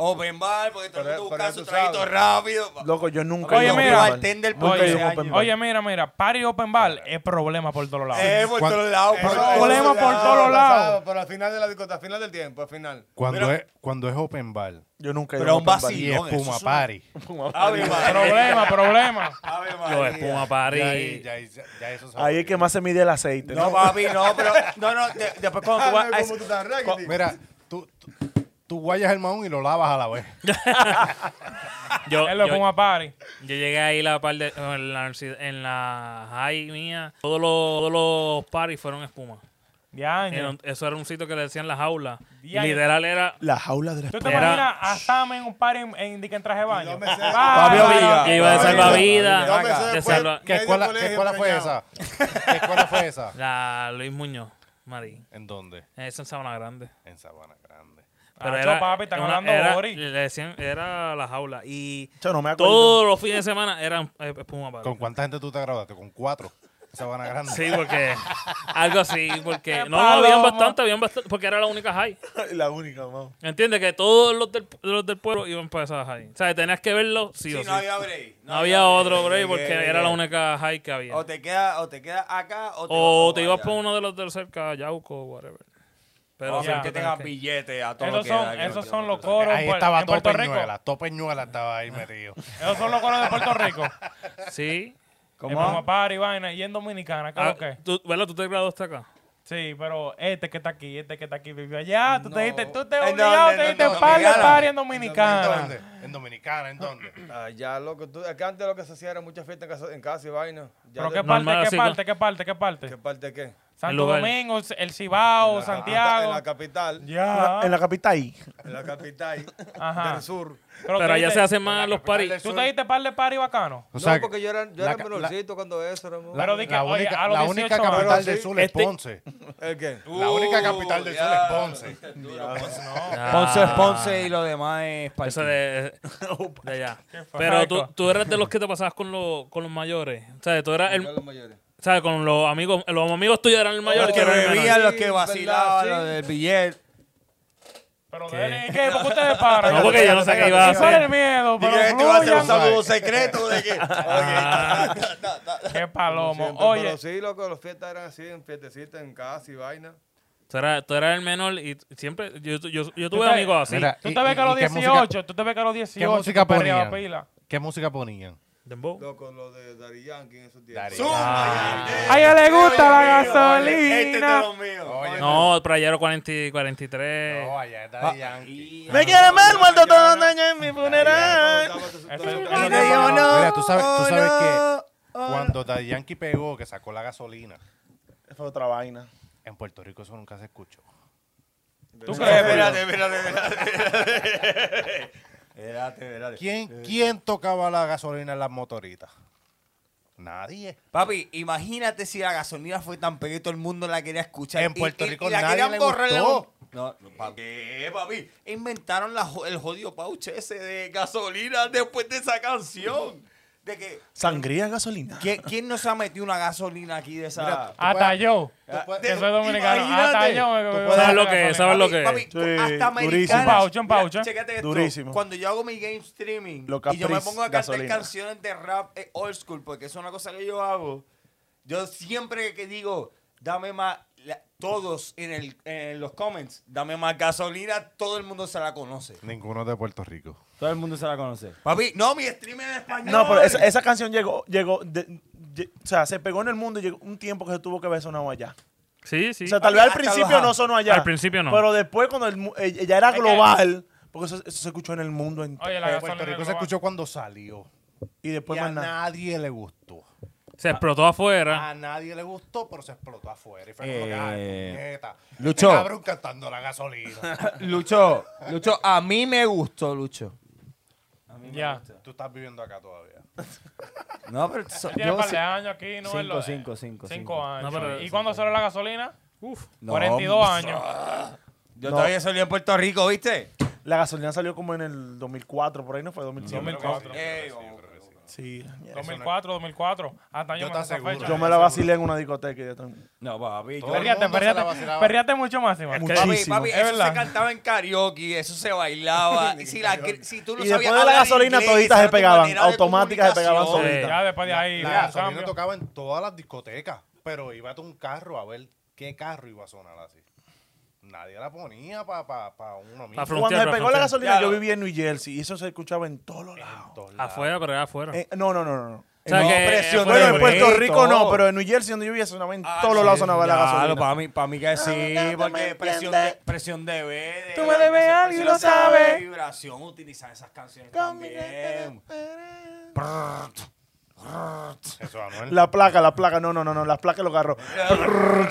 Speaker 2: Open bar, porque todo el
Speaker 6: Pero-
Speaker 2: mundo
Speaker 6: pero
Speaker 2: buscaba
Speaker 6: tú
Speaker 2: su traguito
Speaker 6: sabes.
Speaker 2: rápido.
Speaker 4: Loco, yo nunca
Speaker 1: Oye,
Speaker 4: he ido a un
Speaker 1: mira,
Speaker 4: bar.
Speaker 2: bartender por
Speaker 4: Nunca he ido a un
Speaker 2: ese
Speaker 4: open
Speaker 2: año.
Speaker 4: bar.
Speaker 1: Oye, mira, mira, party open bar es problema por todos lados.
Speaker 2: Eh, por
Speaker 5: Cuando-
Speaker 2: todos lados.
Speaker 6: Eso-
Speaker 2: por
Speaker 6: eso
Speaker 2: todos
Speaker 6: es
Speaker 1: Problemas
Speaker 6: la-
Speaker 1: por todos
Speaker 6: la-
Speaker 1: lados.
Speaker 6: Pero al final de la discoteca, al final del tiempo, al final.
Speaker 5: Cuando es, cuando es open bar
Speaker 4: Yo nunca he ido
Speaker 2: Pero
Speaker 4: a
Speaker 2: un
Speaker 4: un open bar.
Speaker 2: vacío.
Speaker 5: y
Speaker 2: no,
Speaker 5: es
Speaker 2: eso
Speaker 5: Puma
Speaker 2: es una-
Speaker 5: Party.
Speaker 2: Ave María.
Speaker 1: problema, problema.
Speaker 2: Ave
Speaker 3: Yo
Speaker 2: María.
Speaker 3: espuma party.
Speaker 5: Ya, ahí- ya, ahí- ya eso se
Speaker 4: Ahí es
Speaker 5: jodió.
Speaker 4: que más se mide el aceite.
Speaker 2: No, papi, no, pero. No, no, de- después cuando tú
Speaker 6: Ah,
Speaker 2: vas.
Speaker 6: no,
Speaker 2: a
Speaker 6: como tú estás raggedy.
Speaker 5: Mira, tú, tú, tú guayas el maón y lo lavas a la vez.
Speaker 1: [laughs]
Speaker 3: Yo,
Speaker 1: Es lo
Speaker 3: yo-
Speaker 1: como a party.
Speaker 3: yo llegué ahí la par de, en, la, universidad- en la high mía. Todos los, todos los parties fueron espuma.
Speaker 1: Ya,
Speaker 3: Era un- eso era un sitio que le decían la jaula. Y
Speaker 1: Ya, ya.
Speaker 3: literal era
Speaker 4: La jaula de la
Speaker 1: ¿Tú te
Speaker 3: Era-
Speaker 1: imaginas a Sam en un party en, en, en traje de baño?
Speaker 6: No me sé.
Speaker 1: Bárbaro.
Speaker 2: Pablo Villa.
Speaker 3: que iba de salvavidas.
Speaker 6: Yo me sé
Speaker 3: de
Speaker 6: después
Speaker 3: salva-
Speaker 5: ¿Qué
Speaker 6: medio
Speaker 5: escuela,
Speaker 6: colegio
Speaker 5: ¿qué escuela fue
Speaker 6: preñado.
Speaker 5: esa? ¿Qué escuela
Speaker 1: [laughs]
Speaker 5: fue esa?
Speaker 3: La Luis Muñoz, Marín.
Speaker 5: ¿En dónde?
Speaker 3: Eso en Sabana Grande.
Speaker 5: En Sabana Grande.
Speaker 3: Pero
Speaker 1: Nacho,
Speaker 3: era,
Speaker 1: papi, están
Speaker 3: una-
Speaker 1: hablando
Speaker 3: era-
Speaker 1: Boris.
Speaker 3: le decían, era la jaula. Y
Speaker 4: Yo no me acuerdo.
Speaker 3: todos los fines de semana eran eh, espuma party.
Speaker 5: ¿Con cuánta gente tú te graduaste? Con cuatro. En Sabana Grande.
Speaker 3: Sí, porque algo así, porque
Speaker 1: ¡Qué
Speaker 3: no, no, habían
Speaker 1: palomo!
Speaker 3: bastante, habían bastante, porque era la única high.
Speaker 4: [laughs] La única, vamos.
Speaker 3: ¿Entiendes? Que todos los del, los del pueblo iban para esa high. O sea, tenías que verlo sí,
Speaker 2: Sí,
Speaker 3: o sí.
Speaker 2: no había break.
Speaker 3: No había otro break
Speaker 2: Llegué,
Speaker 3: porque
Speaker 2: llegué.
Speaker 3: era la única high que había.
Speaker 2: O te quedas o te quedas acá o te,
Speaker 3: O
Speaker 2: vas
Speaker 3: te
Speaker 2: para
Speaker 3: ibas
Speaker 2: allá.
Speaker 3: por uno de los del cerca, Yauco, whatever. Pero
Speaker 1: O sea,
Speaker 3: siempre
Speaker 2: que tengas
Speaker 3: tenías
Speaker 2: billetes a todo lo
Speaker 1: Esos
Speaker 2: que
Speaker 1: son,
Speaker 2: da, que
Speaker 1: esos
Speaker 2: no
Speaker 1: son los
Speaker 2: tengo
Speaker 5: Eh,
Speaker 1: coros
Speaker 5: Ahí
Speaker 1: en Pu-
Speaker 5: estaba
Speaker 1: en Puerto Rico.
Speaker 5: Topeñuela. Topeñuela estaba ahí metido.
Speaker 1: Esos son los coros de Puerto Rico.
Speaker 3: Sí.
Speaker 1: ¿Cómo? En party, vaina. Y en Dominicana,
Speaker 3: Ah,
Speaker 1: claro que.
Speaker 3: tú, ¿Verdad? Tú te graduaste acá.
Speaker 1: Sí, pero este que está aquí, este que está aquí vivió allá. Tú te diste, tú te
Speaker 2: ¿En
Speaker 1: obligado,
Speaker 2: dónde?
Speaker 1: te
Speaker 2: ¿En
Speaker 1: diste
Speaker 2: dónde?
Speaker 1: par de
Speaker 2: Dominicana.
Speaker 1: party en
Speaker 5: ¿En
Speaker 1: Dominicana.
Speaker 5: dónde? ¿En Dominicana? ¿En dónde?
Speaker 6: Ah, ya, loco. Tú, es que antes lo que se hacía era mucha fiesta en casa, en casa y vaina. Ya
Speaker 1: Pero
Speaker 6: de-
Speaker 1: qué
Speaker 3: Normal,
Speaker 1: parte,
Speaker 3: así,
Speaker 1: qué parte, qué parte, qué parte.
Speaker 6: ¿Qué parte qué?
Speaker 1: Santo
Speaker 3: lugar.
Speaker 1: Domingo, el Cibao,
Speaker 6: En
Speaker 1: Santiago.
Speaker 6: la capital.
Speaker 1: Ya.
Speaker 4: En la capital ahí.
Speaker 6: En la capital
Speaker 1: Ajá.
Speaker 6: del sur.
Speaker 3: Pero allá
Speaker 1: hace
Speaker 3: se hacen más los paris.
Speaker 1: ¿Tú te diste par de party bacano?
Speaker 5: O sea,
Speaker 6: no, porque yo era, yo
Speaker 5: la
Speaker 6: era
Speaker 5: ca-
Speaker 6: menorcito cuando eso. Era muy-
Speaker 5: la,
Speaker 1: Pero di que,
Speaker 5: la
Speaker 1: oye,
Speaker 5: única,
Speaker 1: a los
Speaker 5: la única
Speaker 1: 18 años. Uh,
Speaker 5: capital
Speaker 6: Pero
Speaker 5: del
Speaker 6: sí,
Speaker 5: sur es
Speaker 3: este-
Speaker 5: Ponce.
Speaker 6: ¿El qué?
Speaker 5: La única capital del sur
Speaker 2: ya.
Speaker 5: es Ponce.
Speaker 3: Ah.
Speaker 2: Ponce es Ponce y lo demás es
Speaker 3: Eso
Speaker 2: partido.
Speaker 3: de, de allá. Pero
Speaker 1: fraco.
Speaker 3: tú, tú eras de los que te pasabas con, los con los mayores. O sea, tú eras el,
Speaker 6: Los mayores.
Speaker 3: ¿sabes? Con los amigos, los amigos tuyos eran el mayor.
Speaker 2: Los
Speaker 3: tú
Speaker 2: que
Speaker 3: eras el menor.
Speaker 2: bebían, los que
Speaker 6: Sí,
Speaker 2: vacilaban,
Speaker 6: ¿verdad?
Speaker 2: los del billete.
Speaker 1: Pero
Speaker 3: ¿Qué?
Speaker 1: dele, ¿qué? ¿Por qué ustedes paran?
Speaker 3: No, porque yo no sé qué iba a
Speaker 1: ¿Cuál es el
Speaker 3: hacer.
Speaker 1: miedo?
Speaker 2: Dije
Speaker 1: Pero
Speaker 2: que te iba a hacer un
Speaker 1: fluyan.
Speaker 2: saludo secreto de que. Ok.
Speaker 1: Qué palomo.
Speaker 6: Siempre,
Speaker 1: Oye,
Speaker 6: Pero sí, loco, las fiestas eran así, en fiestecitas, en casa y vaina.
Speaker 3: Tú eras, tú eras el menor y siempre. Yo, yo, yo tuve
Speaker 1: Ustedes-
Speaker 3: amigos así.
Speaker 5: Mira,
Speaker 1: tú
Speaker 5: ¿y-
Speaker 1: te ves que a
Speaker 5: y-
Speaker 1: los
Speaker 5: y qué música-
Speaker 1: 18, tú te ves que a los 18
Speaker 5: música
Speaker 1: tú perreabas
Speaker 5: ponían?
Speaker 1: pila.
Speaker 5: ¿Qué música ponían?
Speaker 3: Dembow.
Speaker 6: Loco, lo de Dari Yankee en esos días.
Speaker 5: Daddy
Speaker 2: ah,
Speaker 1: A ella le gusta la
Speaker 2: Este es de
Speaker 1: gasolina.
Speaker 2: los míos.
Speaker 5: Oye,
Speaker 3: No, para allá era 40 y 43.
Speaker 5: No, allá es Daddy Yankee.
Speaker 4: Me quiere ver muerto todo daño en mi funeral.
Speaker 1: Eso-
Speaker 2: Y te digo, no,
Speaker 5: Mira, tú sabes, tú sabes
Speaker 2: no.
Speaker 5: que cuando Daddy Yankee pegó, que sacó la gasolina,
Speaker 4: Fue otra vaina.
Speaker 5: en Puerto Rico eso nunca se escuchó.
Speaker 1: ¿Tú
Speaker 2: Espérate,
Speaker 1: crees?
Speaker 2: espérate, espérate. espérate. [laughs] Espérate, espérate.
Speaker 5: ¿Quién, ¿Quién tocaba la gasolina en las motoritas? Nadie.
Speaker 2: Papi, imagínate si la gasolina fue tan pequeña y todo el mundo la quería escuchar.
Speaker 5: En
Speaker 2: Y-
Speaker 5: Puerto
Speaker 2: y- y
Speaker 5: Rico
Speaker 2: la
Speaker 5: nadie
Speaker 2: querían
Speaker 5: le
Speaker 2: borrar la-
Speaker 5: gustó.
Speaker 2: No, no, papi. ¿Qué, papi? Inventaron la jo- el jodido pouch ese de gasolina después de esa canción. De que,
Speaker 4: Sangría, gasolina.
Speaker 2: ¿quién, quién no se ha metido una gasolina aquí de esa?
Speaker 5: Mira,
Speaker 1: Hasta yo.
Speaker 5: Tú puedes-
Speaker 1: Que
Speaker 2: de-
Speaker 1: soy dominicano.
Speaker 2: imagínate.
Speaker 1: Hasta yo. me-
Speaker 5: Tú
Speaker 1: me-
Speaker 5: puedes-
Speaker 1: me-
Speaker 5: ¿Sabes
Speaker 3: lo que
Speaker 1: me-
Speaker 3: es? ¿Sabes lo
Speaker 2: Papi,
Speaker 3: que es?
Speaker 2: papi,
Speaker 4: Sí,
Speaker 2: hasta
Speaker 4: durísimo.
Speaker 2: americana.
Speaker 4: Un
Speaker 1: paucho, un paucho.
Speaker 2: Chécate esto.
Speaker 4: Durísimo.
Speaker 2: Cuando yo hago mi game streaming
Speaker 4: Lo
Speaker 2: y yo me
Speaker 4: Caprice,
Speaker 2: pongo a cantar
Speaker 4: gasolina.
Speaker 2: canciones de rap eh, old school, porque es una cosa que yo hago, yo siempre que digo, dame más, la- todos en, el, en los comments, dame más gasolina, todo el mundo se la conoce.
Speaker 5: Ninguno de Puerto Rico.
Speaker 2: Todo el mundo se la conoce. Papi, no, mi stream en español.
Speaker 4: No, pero esa, esa canción llegó, llegó, de- lle- o sea, se pegó en el mundo y llegó un tiempo que se tuvo que haber sonado allá.
Speaker 3: Sí, sí.
Speaker 4: O sea, tal vez al
Speaker 2: Hasta
Speaker 4: principio
Speaker 2: bajado.
Speaker 4: no sonó allá.
Speaker 3: Al principio no.
Speaker 4: Pero después, cuando el mu- eh, ya era
Speaker 1: Es que-
Speaker 4: global, porque eso, eso se escuchó en el mundo entero.
Speaker 1: Oye, la
Speaker 5: Pero
Speaker 1: gasolina.
Speaker 5: Puerto Rico se
Speaker 1: global.
Speaker 5: escuchó cuando salió.
Speaker 4: y después
Speaker 5: y a
Speaker 4: más nada.
Speaker 5: nadie le gustó.
Speaker 3: Se explotó afuera.
Speaker 5: A nadie le gustó, pero se explotó afuera. Y fue como que,
Speaker 2: Eh,
Speaker 5: ay, puñeta, este
Speaker 2: Lucho.
Speaker 5: cabrón cantando
Speaker 2: [laughs]
Speaker 5: la gasolina.
Speaker 2: Lucho, Lucho, a mí me gustó, Lucho.
Speaker 1: Ya.
Speaker 5: Tú estás viviendo acá todavía.
Speaker 2: No, pero so-
Speaker 1: Él Tiene
Speaker 2: yo
Speaker 1: un par
Speaker 2: sí-
Speaker 1: de años aquí, ¿no?
Speaker 2: Cinco,
Speaker 1: Él lo-
Speaker 2: cinco,
Speaker 1: Cinco
Speaker 2: cinco, cinco.
Speaker 1: años.
Speaker 3: No, pero-
Speaker 1: ¿Y cuándo salió la gasolina? Uf,
Speaker 2: No,
Speaker 1: 42
Speaker 2: hombre.
Speaker 1: años.
Speaker 2: yo
Speaker 4: No.
Speaker 2: todavía salí en Puerto Rico, ¿viste?
Speaker 4: La gasolina salió como en el 2004, por ahí no fue 2005.
Speaker 1: 2004.
Speaker 5: eh,
Speaker 2: Ey,
Speaker 4: Sí. mierda.
Speaker 1: 2004, 2004. Hasta yo,
Speaker 5: Yo
Speaker 1: me
Speaker 5: te
Speaker 1: sé esa
Speaker 5: aseguro.
Speaker 1: fecha.
Speaker 4: Yo me la vacilé en una discoteca. y ya está.
Speaker 2: No, papi. yo-
Speaker 5: Todo el
Speaker 1: Perriate,
Speaker 5: mundo se la
Speaker 1: perriate,
Speaker 5: vacilaba.
Speaker 1: perriate mucho más, Iván.
Speaker 4: Mucho.
Speaker 2: Papi,
Speaker 4: Muchísimo.
Speaker 2: papi,
Speaker 1: Es
Speaker 2: eso
Speaker 1: verdad.
Speaker 2: se cantaba en karaoke, eso se bailaba. y si, la, si tú no
Speaker 4: Y
Speaker 2: sabías
Speaker 4: después de la
Speaker 2: hablar
Speaker 4: gasolina,
Speaker 2: inglés,
Speaker 4: toditas
Speaker 2: esa
Speaker 4: se
Speaker 2: era tu
Speaker 4: pegaban,
Speaker 2: manera de
Speaker 4: automáticas se pegaban
Speaker 2: comunicación.
Speaker 3: solitas.
Speaker 1: Ya después de ahí. hubo
Speaker 5: La
Speaker 1: un
Speaker 5: gasolina
Speaker 1: cambio.
Speaker 5: tocaba en todas las discotecas, pero iba a un carro a ver qué carro iba a sonar así. Nadie la ponía para pa, pa uno mismo.
Speaker 3: Pa' frontear,
Speaker 4: Cuando se
Speaker 3: pa'
Speaker 4: pegó la
Speaker 3: frontear.
Speaker 4: gasolina,
Speaker 2: Ya
Speaker 4: yo
Speaker 2: lo-
Speaker 4: vivía en New Jersey y eso se escuchaba en todos los lados.
Speaker 5: Todos
Speaker 1: Ah.
Speaker 5: lados.
Speaker 3: Afuera, pero era afuera.
Speaker 4: Eh, no, no, no, no, no.
Speaker 3: O sea,
Speaker 2: No,
Speaker 3: que
Speaker 2: presión,
Speaker 3: afuera-
Speaker 4: Bueno, en Puerto
Speaker 2: Puerto
Speaker 4: Rico no,
Speaker 2: Rico.
Speaker 4: pero en New Jersey donde yo vivía sonaba en
Speaker 2: Ah,
Speaker 4: todos los
Speaker 2: sí,
Speaker 4: lados sonaba la
Speaker 2: claro,
Speaker 4: gasolina.
Speaker 2: Para mí, para mí que sí,
Speaker 4: no, no me
Speaker 2: porque presión de,
Speaker 4: entiendes.
Speaker 2: presión de B.
Speaker 4: Tú me debes algo y lo sabes.
Speaker 2: Vibración, utilizar esas canciones también.
Speaker 5: Eso, Anuel.
Speaker 4: La placa, la placa, no, no, no, no, las placas lo agarró.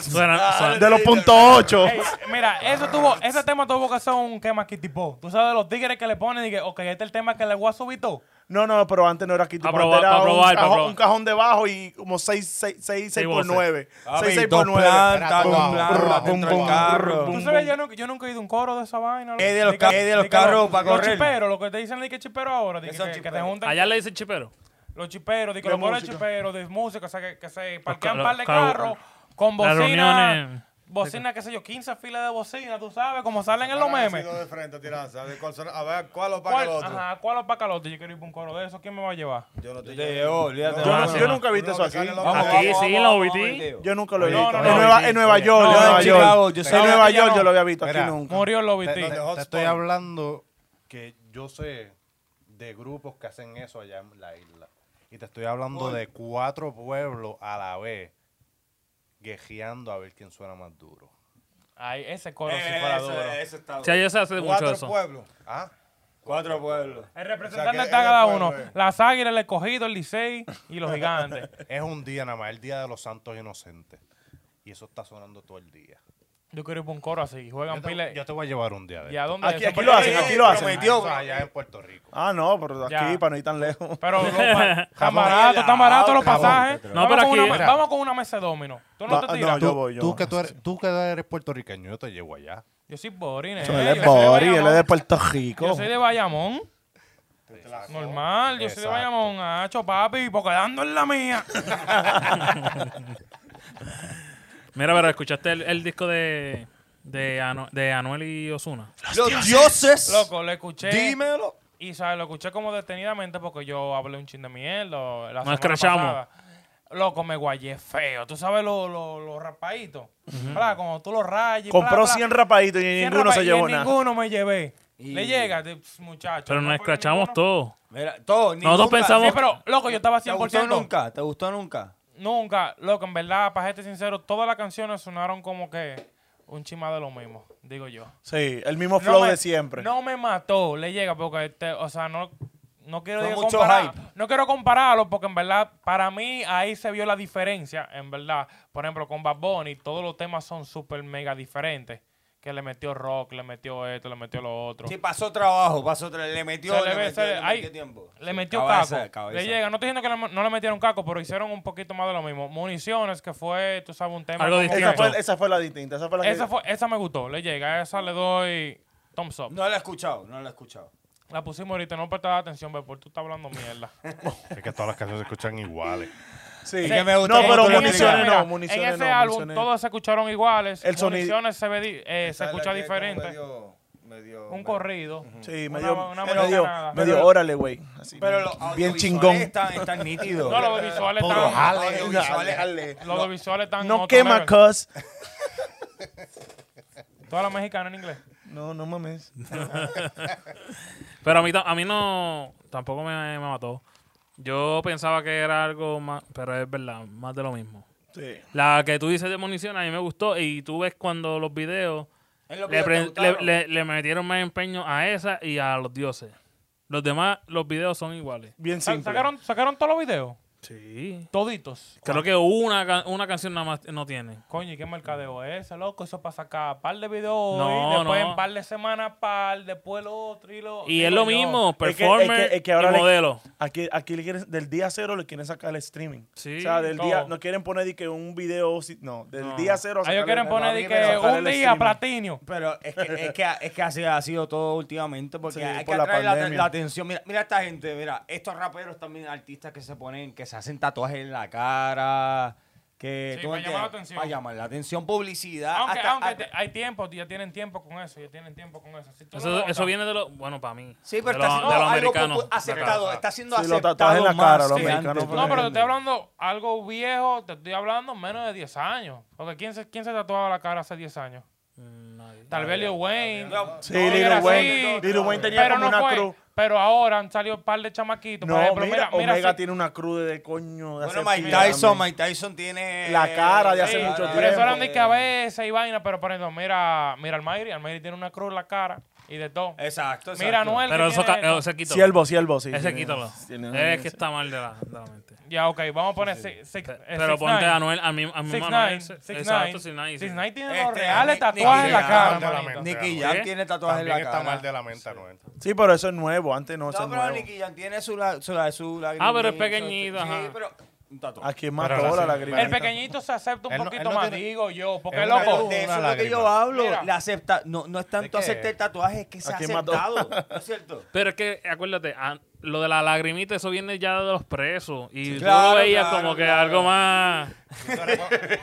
Speaker 3: suena- suena-
Speaker 4: De los punto ocho.
Speaker 1: Ey, mira, eso tuvo,
Speaker 2: Ah.
Speaker 1: ese tema tuvo que ser un tema aquí tipo. Tú sabes los tigres que le ponen y que, ok, este es el tema que le voy a subir todo.
Speaker 4: No, no, pero antes no era aquí.
Speaker 3: Pa' probar,
Speaker 4: era
Speaker 3: pa' probar,
Speaker 4: un,
Speaker 3: pa'
Speaker 4: cajón,
Speaker 3: probar.
Speaker 4: un cajón debajo y como 6 seis, seis, seis por
Speaker 3: voces.
Speaker 4: 9.
Speaker 2: Ah,
Speaker 4: 6
Speaker 2: y
Speaker 4: 6
Speaker 2: dos
Speaker 4: por 9.
Speaker 2: plantas,
Speaker 5: Espera,
Speaker 2: dos
Speaker 5: no.
Speaker 2: plantas
Speaker 5: Bum,
Speaker 2: dentro del
Speaker 5: bum,
Speaker 2: carro.
Speaker 5: bum.
Speaker 1: Tú sabes, yo nunca, yo nunca he ido a un coro de esa vaina.
Speaker 2: Es de los ca- es de los
Speaker 1: que lo-
Speaker 2: carros pa' correr.
Speaker 1: Los chiperos, lo que te dicen de que chipero ahora, de
Speaker 2: ¿Qué
Speaker 1: que,
Speaker 2: son
Speaker 1: que- que te
Speaker 2: chiperos?
Speaker 1: juntan.
Speaker 3: Allá le dicen chipero.
Speaker 1: Los chiperos, de que
Speaker 4: De
Speaker 1: los coros de
Speaker 4: música.
Speaker 1: chiperos, de música, o sea, que, que se parquean
Speaker 3: ca-
Speaker 1: un par de
Speaker 3: los carros,
Speaker 1: carros con bocina.
Speaker 3: las reuniones.
Speaker 1: Bocina, qué sé yo, 15 filas de bocina, tú sabes, como salen en los
Speaker 6: Ahora ha
Speaker 1: memes.
Speaker 6: sido de frente, tiranza, de consona- A ver, ¿cuál os paga
Speaker 1: ¿Cuál,
Speaker 6: el otro?
Speaker 1: ajá, ¿cuál opaca al otro? Yo quiero ir para un coro de eso. ¿Quién me va a llevar?
Speaker 6: Yo no te
Speaker 2: Yo
Speaker 6: llevo.
Speaker 2: te llevo, olvídate.
Speaker 4: Yo,
Speaker 3: No,
Speaker 4: no-
Speaker 3: no,
Speaker 4: yo
Speaker 3: no.
Speaker 4: nunca he visto
Speaker 6: Uno
Speaker 4: eso
Speaker 6: que
Speaker 4: aquí.
Speaker 6: sale loco.
Speaker 2: Vamos,
Speaker 3: Aquí
Speaker 2: vamos,
Speaker 3: sí,
Speaker 2: vamos,
Speaker 3: lo
Speaker 2: vamos,
Speaker 3: vi,
Speaker 2: vamos,
Speaker 4: Yo nunca lo he
Speaker 1: No,
Speaker 4: visto.
Speaker 1: no,
Speaker 4: en,
Speaker 1: no,
Speaker 4: Nueva,
Speaker 2: sí.
Speaker 4: en Nueva York,
Speaker 1: No,
Speaker 4: en
Speaker 1: en
Speaker 4: Nueva
Speaker 2: Chicago,
Speaker 4: York.
Speaker 2: yo sé
Speaker 4: en
Speaker 2: que
Speaker 4: Nueva
Speaker 2: ya
Speaker 4: York
Speaker 2: no.
Speaker 4: yo lo había visto, aquí
Speaker 5: Espera.
Speaker 4: nunca.
Speaker 1: Murió el
Speaker 5: Te, te-
Speaker 1: lobití.
Speaker 5: te
Speaker 6: hotspot.
Speaker 5: estoy hablando que yo sé de grupos que hacen eso allá en la isla. Y te estoy hablando de cuatro pueblos a la vez, guejeando a ver quién suena más duro.
Speaker 1: Ay, ese coro sí fuera
Speaker 2: Eso,
Speaker 1: duro.
Speaker 2: eso está
Speaker 3: Si
Speaker 2: duro.
Speaker 3: allá se hace mucho
Speaker 6: Cuatro
Speaker 3: eso.
Speaker 6: pueblos.
Speaker 5: Ah,
Speaker 2: Cuatro pueblos.
Speaker 1: El
Speaker 6: O sea,
Speaker 1: representante
Speaker 6: que
Speaker 1: está
Speaker 6: él
Speaker 1: cada
Speaker 6: fue,
Speaker 1: uno.
Speaker 6: güey.
Speaker 1: Las águilas, el escogido, el Licey y los gigantes.
Speaker 5: es un día nada más, el día de los santos inocentes. Y eso está sonando todo el día.
Speaker 1: [laughs] Yo quiero ir para un coro así. Juegan
Speaker 5: Yo te,
Speaker 1: pile.
Speaker 5: yo te voy a llevar un día de
Speaker 1: ¿Y a
Speaker 5: esto.
Speaker 1: dónde?
Speaker 4: Aquí-
Speaker 1: eso?
Speaker 4: aquí lo hacen,
Speaker 1: Pero- eh,
Speaker 4: aquí lo hacen.
Speaker 5: Ah, eso allá en Puerto Rico.
Speaker 4: Ah, no, pero aquí,
Speaker 1: Ya.
Speaker 4: para no ir tan lejos.
Speaker 1: Pero [laughs] no, pa- están
Speaker 5: Jamón
Speaker 1: baratos, están
Speaker 2: helado,
Speaker 1: baratos los
Speaker 2: jamón,
Speaker 1: pasajes.
Speaker 2: otro.
Speaker 3: No,
Speaker 1: vamos,
Speaker 3: pero
Speaker 1: con
Speaker 3: aquí-
Speaker 1: una,
Speaker 5: Mira.
Speaker 1: vamos con una mesa de domino. Tú no
Speaker 4: Va-
Speaker 1: te
Speaker 4: no,
Speaker 1: tiras.
Speaker 4: yo
Speaker 1: yo,
Speaker 4: voy, yo
Speaker 5: tú,
Speaker 4: voy.
Speaker 5: que tú, eres, tú que eres puertorriqueño, yo te llevo allá.
Speaker 1: soy Borin.
Speaker 4: Él es Bori, él es de Puerto Rico.
Speaker 1: Yo soy de Bayamón. Normal, yo soy de
Speaker 5: Exacto.
Speaker 1: Bayamón, hacho, papi, porque dando en la mía.
Speaker 3: Mira, pero escuchaste el, el disco de, de, Anu- de Anuel y Osuna.
Speaker 2: Los dioses.
Speaker 1: Loco, lo
Speaker 2: eh.
Speaker 1: escuché.
Speaker 2: Dímelo.
Speaker 1: Y sabes, lo escuché como detenidamente porque yo hablé un chin de mierda. La
Speaker 3: Nos
Speaker 1: semana
Speaker 3: escrachamos.
Speaker 1: pasada. Loco, me guayé feo. Tú sabes los lo, lo rapaditos. Pla, Cuando tú los rayes.
Speaker 4: Compró
Speaker 1: pla, pla.
Speaker 4: 100 rapaditos y ninguno se
Speaker 1: rapaditos y
Speaker 4: llevó
Speaker 1: en
Speaker 4: nada.
Speaker 1: Ninguno me llevé.
Speaker 2: Y-
Speaker 1: Le llega, de- pss, muchacho.
Speaker 3: Pero
Speaker 1: no
Speaker 3: nos
Speaker 1: fue
Speaker 3: escrachamos
Speaker 1: ninguno.
Speaker 3: todos.
Speaker 2: Mira, todo,
Speaker 3: Nosotros pensamos-
Speaker 1: Sí, pero, loco, yo estaba
Speaker 2: ¿Te gustó
Speaker 1: 100%. Nunca.
Speaker 2: nunca? ¿Te gustó nunca?
Speaker 1: nunca. Loco, en verdad, para ser sincero, todas las canciones sonaron como que un chima de lo mismo, digo yo.
Speaker 4: Sí, el mismo
Speaker 1: No
Speaker 4: flow
Speaker 1: me-
Speaker 4: de siempre.
Speaker 1: No me mató, le llega porque este, o sea, no no quiero
Speaker 2: Fue
Speaker 1: diga
Speaker 2: mucho
Speaker 1: comparar-
Speaker 2: hype.
Speaker 1: no quiero compararlo porque en verdad para mí ahí se vio la diferencia, en verdad. Por ejemplo, con Bad Bunny todos los temas son súper mega diferentes, que le metió rock, le metió esto, le metió lo otro.
Speaker 2: Sí, pasó trabajo, pasó tra- le metió,
Speaker 1: Se
Speaker 2: le,
Speaker 1: le ve-
Speaker 2: metió,
Speaker 1: se le-
Speaker 2: le
Speaker 1: ay,
Speaker 2: metió tiempo.
Speaker 1: Le metió
Speaker 2: Cabeza,
Speaker 1: caco.
Speaker 2: cabeza.
Speaker 1: Le llega. No estoy diciendo que le- no le metieron caco, pero hicieron un poquito más de lo mismo. Municiones, que fue, tú sabes, un tema.
Speaker 3: Algo
Speaker 1: como
Speaker 3: distinto.
Speaker 1: que-
Speaker 4: Esa fue, esa fue la distinta. Esa fue la que-
Speaker 1: Esa, fue- esa me gustó, le llega. Esa le doy thumbs up.
Speaker 2: No la he escuchado, no la he escuchado.
Speaker 1: La pusimos ahorita, no prestar atención, pero tú estás hablando
Speaker 4: [laughs]
Speaker 1: mierda.
Speaker 5: Es que todas las canciones se escuchan [laughs] iguales.
Speaker 4: Sí.
Speaker 2: que me gustó
Speaker 4: no,
Speaker 2: como
Speaker 4: pero
Speaker 2: tú lo
Speaker 4: municiones
Speaker 1: Mira,
Speaker 4: no, municiones
Speaker 1: En ese
Speaker 4: no,
Speaker 1: álbum
Speaker 4: municiones-
Speaker 1: todos se escucharon iguales.
Speaker 4: El sonido-
Speaker 1: Municiones se, ve di- eh, se
Speaker 6: Sale
Speaker 1: escucha
Speaker 6: aquí como
Speaker 1: diferente.
Speaker 6: medio- medio-
Speaker 1: Un corrido.
Speaker 4: Sí,
Speaker 1: Una-
Speaker 4: medio,
Speaker 1: una
Speaker 4: medio,
Speaker 1: americanada.
Speaker 4: medio órale, güey. Así,
Speaker 2: Pero los
Speaker 4: bien
Speaker 2: audiovisuales
Speaker 4: chingón.
Speaker 2: Están, están nítidos.
Speaker 1: ah, No, los visuales
Speaker 4: Todo
Speaker 1: están.
Speaker 4: jale,
Speaker 2: Audiovisuales.
Speaker 4: jale, jale.
Speaker 1: Los visuales están. en
Speaker 4: No
Speaker 1: otro
Speaker 4: quema,
Speaker 1: level.
Speaker 4: cuz.
Speaker 1: Toda la mexicana en inglés.
Speaker 4: No, no mames.
Speaker 3: Pero a mí, ta- a mí no. Tampoco me, me mató. Yo pensaba que era algo más. Pero es verdad, más de lo mismo.
Speaker 4: Sí,
Speaker 2: Sí.
Speaker 3: La que tú dices de munición, a mí me gustó. Y tú ves cuando los videos
Speaker 2: Es lo que
Speaker 3: le,
Speaker 2: te
Speaker 3: pre-
Speaker 2: gustaron.
Speaker 3: le- le- le metieron más empeño a esa y a los dioses. Los demás, los videos son iguales.
Speaker 7: Bien
Speaker 1: Sa-
Speaker 7: simple.
Speaker 1: ¿Sacaron, ¿Sacaron todos los videos?
Speaker 3: Sí.
Speaker 1: Toditos.
Speaker 3: Creo que una, ca- una canción nada más no tiene.
Speaker 1: Coño, ¿y qué mercadeo es ese, loco? Eso para sacar par de videos hoy,
Speaker 3: No,
Speaker 1: después
Speaker 3: no.
Speaker 1: en par de semanas, par, después lo otro y lo...
Speaker 3: Y
Speaker 1: digo
Speaker 3: es lo
Speaker 1: yo.
Speaker 3: mismo,
Speaker 7: Es que-
Speaker 3: performer
Speaker 7: es que- es que ahora
Speaker 3: y
Speaker 7: le-
Speaker 3: modelo.
Speaker 7: Aquí, aquí le quieren- del día cero le quieren sacar el streaming.
Speaker 3: Sí,
Speaker 7: o sea, del
Speaker 1: todo.
Speaker 7: día, no quieren poner de que un video, si- no, del
Speaker 3: No.
Speaker 7: día cero.
Speaker 1: Ellos
Speaker 7: sacarle-
Speaker 1: quieren
Speaker 7: no,
Speaker 1: poner
Speaker 7: a
Speaker 1: de
Speaker 7: mí
Speaker 1: que
Speaker 7: me sacar el
Speaker 1: un día
Speaker 7: streaming.
Speaker 1: platinio.
Speaker 2: Pero es que, es que, es que así ha sido todo últimamente porque
Speaker 7: Sí,
Speaker 2: hay que
Speaker 7: por la
Speaker 2: atraer la,
Speaker 7: pandemia.
Speaker 2: la atención. Mira, mira esta gente, mira, estos raperos también, artistas que se ponen, que se hacen tatuajes en la cara. Que
Speaker 1: Sí,
Speaker 2: tú
Speaker 1: para
Speaker 2: entiendes,
Speaker 1: llamar la atención.
Speaker 2: Para llamar la atención, publicidad.
Speaker 1: Aunque,
Speaker 2: hasta-
Speaker 1: aunque
Speaker 2: hasta-
Speaker 1: te- hay tiempo, ya tienen tiempo con eso, ya tienen tiempo con eso. Si tú lo
Speaker 3: Eso,
Speaker 1: notas-
Speaker 3: eso viene de los. Bueno, para mí.
Speaker 2: sí, pero
Speaker 3: de
Speaker 2: está
Speaker 3: los-
Speaker 2: siendo
Speaker 3: de los
Speaker 2: algo
Speaker 3: americanos.
Speaker 2: popu- aceptado. Está siendo
Speaker 7: Sí, los
Speaker 2: aceptado.
Speaker 7: tatuajes en la
Speaker 2: más
Speaker 7: cara, los
Speaker 2: que
Speaker 7: americanos,
Speaker 2: antes.
Speaker 7: pues.
Speaker 1: No,
Speaker 2: No, pero-
Speaker 1: pero te estoy hablando algo viejo, te estoy hablando menos de 10 años. Porque ¿quién se, quién se tatuaba la cara hace 10 años?
Speaker 3: Mm,
Speaker 1: Tal vez Lil Wayne.
Speaker 7: Sí,
Speaker 1: No,
Speaker 7: Lil
Speaker 1: era
Speaker 7: Wayne.
Speaker 1: así,
Speaker 7: Lil Wayne tenía
Speaker 1: pero
Speaker 7: como
Speaker 1: no
Speaker 7: una
Speaker 1: fue.
Speaker 7: cruz.
Speaker 1: Pero ahora han salido un par de chamaquitos.
Speaker 7: No,
Speaker 1: por ejemplo,
Speaker 7: mira,
Speaker 1: mira, mira,
Speaker 7: Omega
Speaker 1: si-
Speaker 7: tiene una cruz de coño. De
Speaker 2: Bueno,
Speaker 7: hace
Speaker 2: Mike
Speaker 7: pila
Speaker 2: Tyson,
Speaker 7: también.
Speaker 2: Mike Tyson tiene.
Speaker 7: La cara de hace
Speaker 1: sí,
Speaker 7: mucho
Speaker 1: Pero eso
Speaker 7: tiempo.
Speaker 1: eran de que a veces y vaina, pero por ejemplo, mira, mira Almayri, Almayri tiene una cruz en la cara y de todo.
Speaker 2: Exacto, exacto.
Speaker 1: Mira Anuel. que
Speaker 3: Pero eso, eh,
Speaker 1: tiene
Speaker 3: ca-
Speaker 1: eso.
Speaker 3: ese quítalo.
Speaker 7: Siervo, siervo, sí.
Speaker 3: ese
Speaker 7: tiene-
Speaker 3: quítalo.
Speaker 7: tiene-
Speaker 3: Es que está mal de la, de la mente.
Speaker 1: Ya, ok, vamos a poner. six- six- eh,
Speaker 3: Pero
Speaker 1: six
Speaker 3: ponte
Speaker 1: nine.
Speaker 3: a Anuel, a mí, a mi
Speaker 1: Six
Speaker 3: mamá.
Speaker 1: nine,
Speaker 3: es-
Speaker 1: six
Speaker 3: Exacto,
Speaker 1: nine.
Speaker 3: Six Nine. sí.
Speaker 1: Six nine tiene
Speaker 2: Este,
Speaker 1: los reales
Speaker 2: Nick- Nick
Speaker 1: tatuajes en la
Speaker 2: Jam.
Speaker 1: cara.
Speaker 5: Ponte la
Speaker 1: manito.
Speaker 5: mente.
Speaker 2: Nicky
Speaker 5: ¿Sí?
Speaker 2: Jam tiene tatuajes en
Speaker 5: También
Speaker 2: la
Speaker 5: está mal
Speaker 2: cara.
Speaker 5: de la mente, ¿no?
Speaker 7: Sí, pero eso es nuevo. Antes no, eso es
Speaker 2: No, pero
Speaker 7: nuevo.
Speaker 2: Nicky Jam tiene su, la, su, la, su lagrimita.
Speaker 3: Ah, pero es
Speaker 2: Sí,
Speaker 3: pequeñito,
Speaker 2: Sí,
Speaker 3: ajá.
Speaker 2: pero. Un tatuaje.
Speaker 7: Aquí es más
Speaker 5: Pero la
Speaker 7: toda la
Speaker 5: señora-
Speaker 7: lagrimita.
Speaker 1: El pequeñito se acepta un
Speaker 5: Él no-
Speaker 1: poquito
Speaker 5: él no
Speaker 1: más,
Speaker 5: tiene-
Speaker 1: digo yo. Porque,
Speaker 5: es una
Speaker 1: loco,
Speaker 5: cruz.
Speaker 2: de eso
Speaker 5: una
Speaker 2: es lo que
Speaker 5: lágrima.
Speaker 2: yo hablo.
Speaker 1: Mira.
Speaker 2: La acepta, no, no es tanto
Speaker 5: que-
Speaker 2: aceptar el tatuaje, es que se ha
Speaker 7: Aquí mató.
Speaker 2: aceptado.
Speaker 7: [laughs]
Speaker 2: ¿no es cierto?
Speaker 3: Pero es que, acuérdate, a- lo de la lagrimita, eso viene ya de los presos. Y tú
Speaker 2: Claro,
Speaker 3: lo veías
Speaker 2: claro,
Speaker 3: como que
Speaker 2: claro.
Speaker 3: algo más.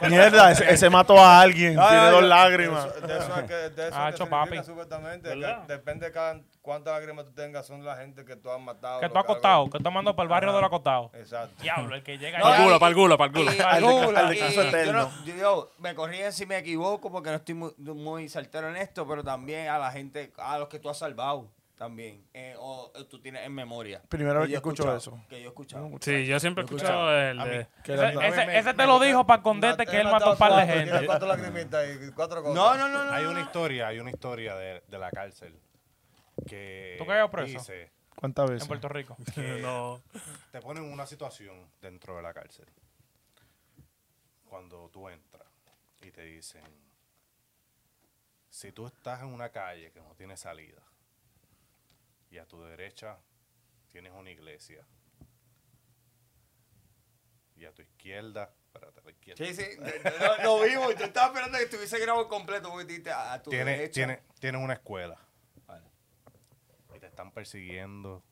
Speaker 7: Mierda, ese, ese mató a alguien.
Speaker 2: Ay,
Speaker 7: tiene
Speaker 2: ay,
Speaker 7: dos
Speaker 2: ay,
Speaker 7: lágrimas.
Speaker 6: Eso- De eso es que, de eso
Speaker 1: Ah,
Speaker 6: es que
Speaker 1: cho,
Speaker 6: significa
Speaker 1: papi.
Speaker 6: supuestamente. que
Speaker 3: ¿Verdad?
Speaker 6: depende de cada- cuántas lágrimas tú tengas, son la gente que tú has matado.
Speaker 1: que
Speaker 6: lo
Speaker 1: tú has
Speaker 6: hagas.
Speaker 1: acostado, que tú mandado para el barrio de los acostados.
Speaker 6: Exacto.
Speaker 1: Diablo, el que llega
Speaker 2: No,
Speaker 3: Para el
Speaker 1: allá.
Speaker 2: ya-
Speaker 3: culo, para el culo, para el [laughs] culo.
Speaker 2: Y-
Speaker 1: Al de-
Speaker 2: Alguna,
Speaker 7: al de caso
Speaker 2: y- yo,
Speaker 7: eterno.
Speaker 2: no- yo- yo- me corrigen si me equivoco porque no estoy muy, muy certero en esto, pero también a la gente, a los que tú has salvado también, eh, o eh, tú tienes en memoria.
Speaker 7: Primera vez
Speaker 2: yo
Speaker 7: que escucho
Speaker 2: he escuchado,
Speaker 7: eso.
Speaker 2: Que yo he escuchado.
Speaker 3: Sí, yo siempre he escuchado el de.
Speaker 7: Que
Speaker 1: Ese,
Speaker 7: le-
Speaker 1: ese-
Speaker 5: me-
Speaker 1: ese te
Speaker 5: me-
Speaker 1: lo dijo para
Speaker 6: No,
Speaker 1: esconderte que
Speaker 6: he
Speaker 1: él mató
Speaker 6: matado
Speaker 1: un par de
Speaker 6: cuatro, tiene
Speaker 1: gente.
Speaker 6: Cuatro lagrimitas y cuatro cosas.
Speaker 2: No, no, no, no.
Speaker 5: Hay
Speaker 2: no,
Speaker 5: una
Speaker 2: no.
Speaker 5: historia, hay una historia de, de la cárcel que
Speaker 1: ¿Tú caías preso?
Speaker 5: dice
Speaker 7: ¿Cuántas
Speaker 1: En
Speaker 7: veces?
Speaker 1: Puerto Rico.
Speaker 5: que
Speaker 3: No.
Speaker 5: te ponen en una situación dentro de la cárcel. Cuando tú entras y te dicen, si tú estás en una calle que no tiene salida y a tu derecha tienes una iglesia y a tu izquierda, espérate, a la izquierda.
Speaker 2: Sí, sí, de- de- lo, lo vimos. y Tú estabas esperando que estuviese grabado completo porque te diste a, a tu
Speaker 5: Tienes,
Speaker 2: derecha.
Speaker 5: tienes, tienes una escuela.
Speaker 2: Vale.
Speaker 5: Y te están persiguiendo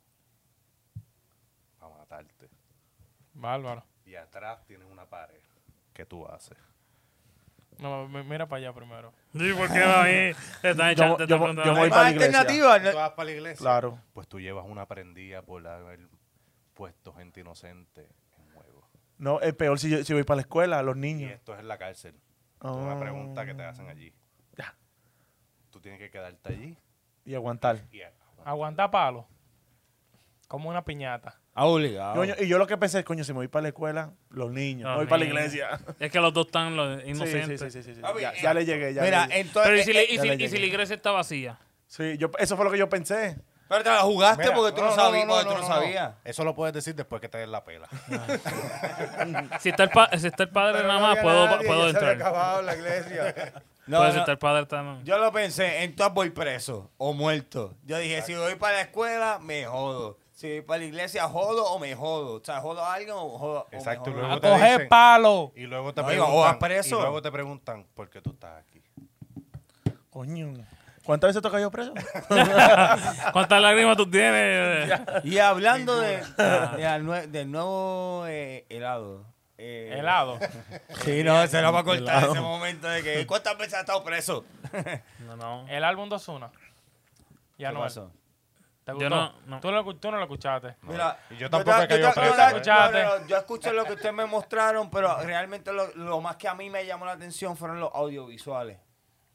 Speaker 5: para matarte.
Speaker 1: Bárbaro.
Speaker 5: Y atrás tienes una pared. ¿Qué tú haces?
Speaker 1: No, mi- mira para allá primero.
Speaker 3: Sí, porque a mí te están echando. te
Speaker 7: yo-
Speaker 3: están contando.
Speaker 7: yo voy
Speaker 2: Hay
Speaker 7: para la
Speaker 2: más
Speaker 7: iglesia.
Speaker 2: alternativas.
Speaker 5: ¿Tú
Speaker 2: ¿no?
Speaker 5: vas para la iglesia?
Speaker 7: Claro.
Speaker 5: Pues tú llevas una prendida por haber puesto gente inocente en juego.
Speaker 7: No, es peor si, yo- si voy para la escuela, los
Speaker 5: Y
Speaker 7: niños.
Speaker 5: esto es en la cárcel. Esto es
Speaker 2: Ah.
Speaker 5: una pregunta que te hacen allí.
Speaker 7: Ya.
Speaker 5: Tú tienes que quedarte allí
Speaker 7: Y aguantar.
Speaker 5: y
Speaker 1: Aguanta palo. Como una piñata.
Speaker 2: Ah, obligado.
Speaker 7: Coño, y yo lo que pensé es, coño, si me voy para la escuela, los niños.
Speaker 3: Los
Speaker 7: me voy para la
Speaker 3: niños. [laughs]
Speaker 7: iglesia.
Speaker 3: Es que los dos están los
Speaker 7: Sí, sí,
Speaker 3: inocentes.
Speaker 7: sí, sí, sí, sí.
Speaker 2: Ah,
Speaker 7: Ya,
Speaker 2: bien.
Speaker 7: ya le llegué, ya le
Speaker 2: Mira,
Speaker 7: llegué.
Speaker 2: entonces. eh,
Speaker 3: Pero ¿y si, le- y
Speaker 7: Ya
Speaker 3: si-
Speaker 7: le
Speaker 3: y si
Speaker 7: llegué.
Speaker 3: la iglesia
Speaker 7: [laughs]
Speaker 3: está vacía?
Speaker 7: Sí, yo, eso fue lo que yo pensé.
Speaker 2: Pero te la jugaste
Speaker 5: Mira,
Speaker 2: porque tú no, sabías. porque tú no, sabías.
Speaker 5: Eso lo puedes decir después que te den
Speaker 2: [laughs]
Speaker 5: la pela.
Speaker 3: Si está el, pa- si está el padre
Speaker 6: Pero
Speaker 3: nada
Speaker 6: no
Speaker 3: más,
Speaker 6: había
Speaker 3: puedo,
Speaker 6: nadie,
Speaker 3: puedo
Speaker 6: ya se había
Speaker 3: entrar.
Speaker 6: acabado la iglesia.
Speaker 2: [laughs] No,
Speaker 3: Puede
Speaker 2: no.
Speaker 3: estar el padre también.
Speaker 2: Yo lo pensé, entonces voy preso o muerto. Yo dije, si voy para la escuela, me jodo. Si voy para la iglesia, jodo o me jodo. O sea, jodo a alguien o jodo. o me
Speaker 5: Exacto,
Speaker 2: jodo.
Speaker 5: luego
Speaker 1: A
Speaker 5: te
Speaker 1: coger
Speaker 5: dicen-
Speaker 1: palo.
Speaker 5: Y luego te
Speaker 2: No, iba, o vas
Speaker 5: preguntan. Y
Speaker 2: preso.
Speaker 5: luego te preguntan por qué tú estás aquí.
Speaker 7: Coño. ¿Cuántas veces te cayó preso?
Speaker 3: ¿Cuántas lágrimas
Speaker 7: [laughs]
Speaker 3: tú tienes?
Speaker 2: Y hablando de, de al nue- del nuevo eh, helado. eh,
Speaker 1: Helado.
Speaker 2: Sí, no, se lo va a cortar ese momento de que. ¿Cuántas veces has estado preso?
Speaker 3: No, no.
Speaker 1: El álbum de Osuna. Ya
Speaker 2: ¿Qué
Speaker 1: no es.
Speaker 2: pasó?
Speaker 1: ¿Te
Speaker 3: Yo
Speaker 1: gustó?
Speaker 3: no- no.
Speaker 1: Tú, lo, tú no lo escuchaste.
Speaker 2: Mira,
Speaker 5: Y yo tampoco he caído
Speaker 2: yo-
Speaker 5: preso,
Speaker 2: yo-
Speaker 5: ¿eh?
Speaker 1: Escuchaste.
Speaker 2: no, no, yo escuché lo que ustedes me mostraron, pero realmente lo, lo más que a mí me llamó la atención fueron los audiovisuales.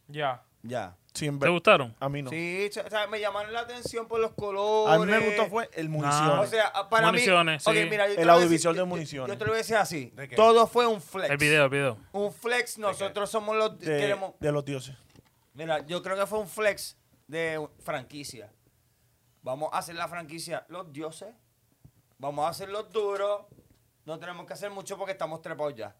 Speaker 1: Ya.
Speaker 2: Ya.
Speaker 7: Sin
Speaker 3: ¿Te
Speaker 7: ver-
Speaker 3: gustaron?
Speaker 7: A mí no.
Speaker 2: Sí, o sea, me llamaron la atención por los colores. Ah,
Speaker 7: A mí me gustó fue el munición.
Speaker 2: O sea, para
Speaker 3: Municiones,
Speaker 2: mí. ok,
Speaker 3: sí.
Speaker 2: mira, yo te
Speaker 7: El
Speaker 2: lo voy a
Speaker 7: audiovisual
Speaker 2: decir-
Speaker 7: de
Speaker 2: yo-
Speaker 7: municiones.
Speaker 2: Yo, te lo voy a decir así.
Speaker 5: ¿De qué?
Speaker 2: Todo fue un flex.
Speaker 3: El video, el video.
Speaker 2: Un flex, nosotros somos los
Speaker 7: de,
Speaker 2: queremos.
Speaker 7: de los dioses.
Speaker 2: Mira, yo creo que fue un flex de franquicia. Vamos a hacer la franquicia los dioses. Vamos a hacer los duros. No tenemos que hacer mucho porque estamos trepados ya.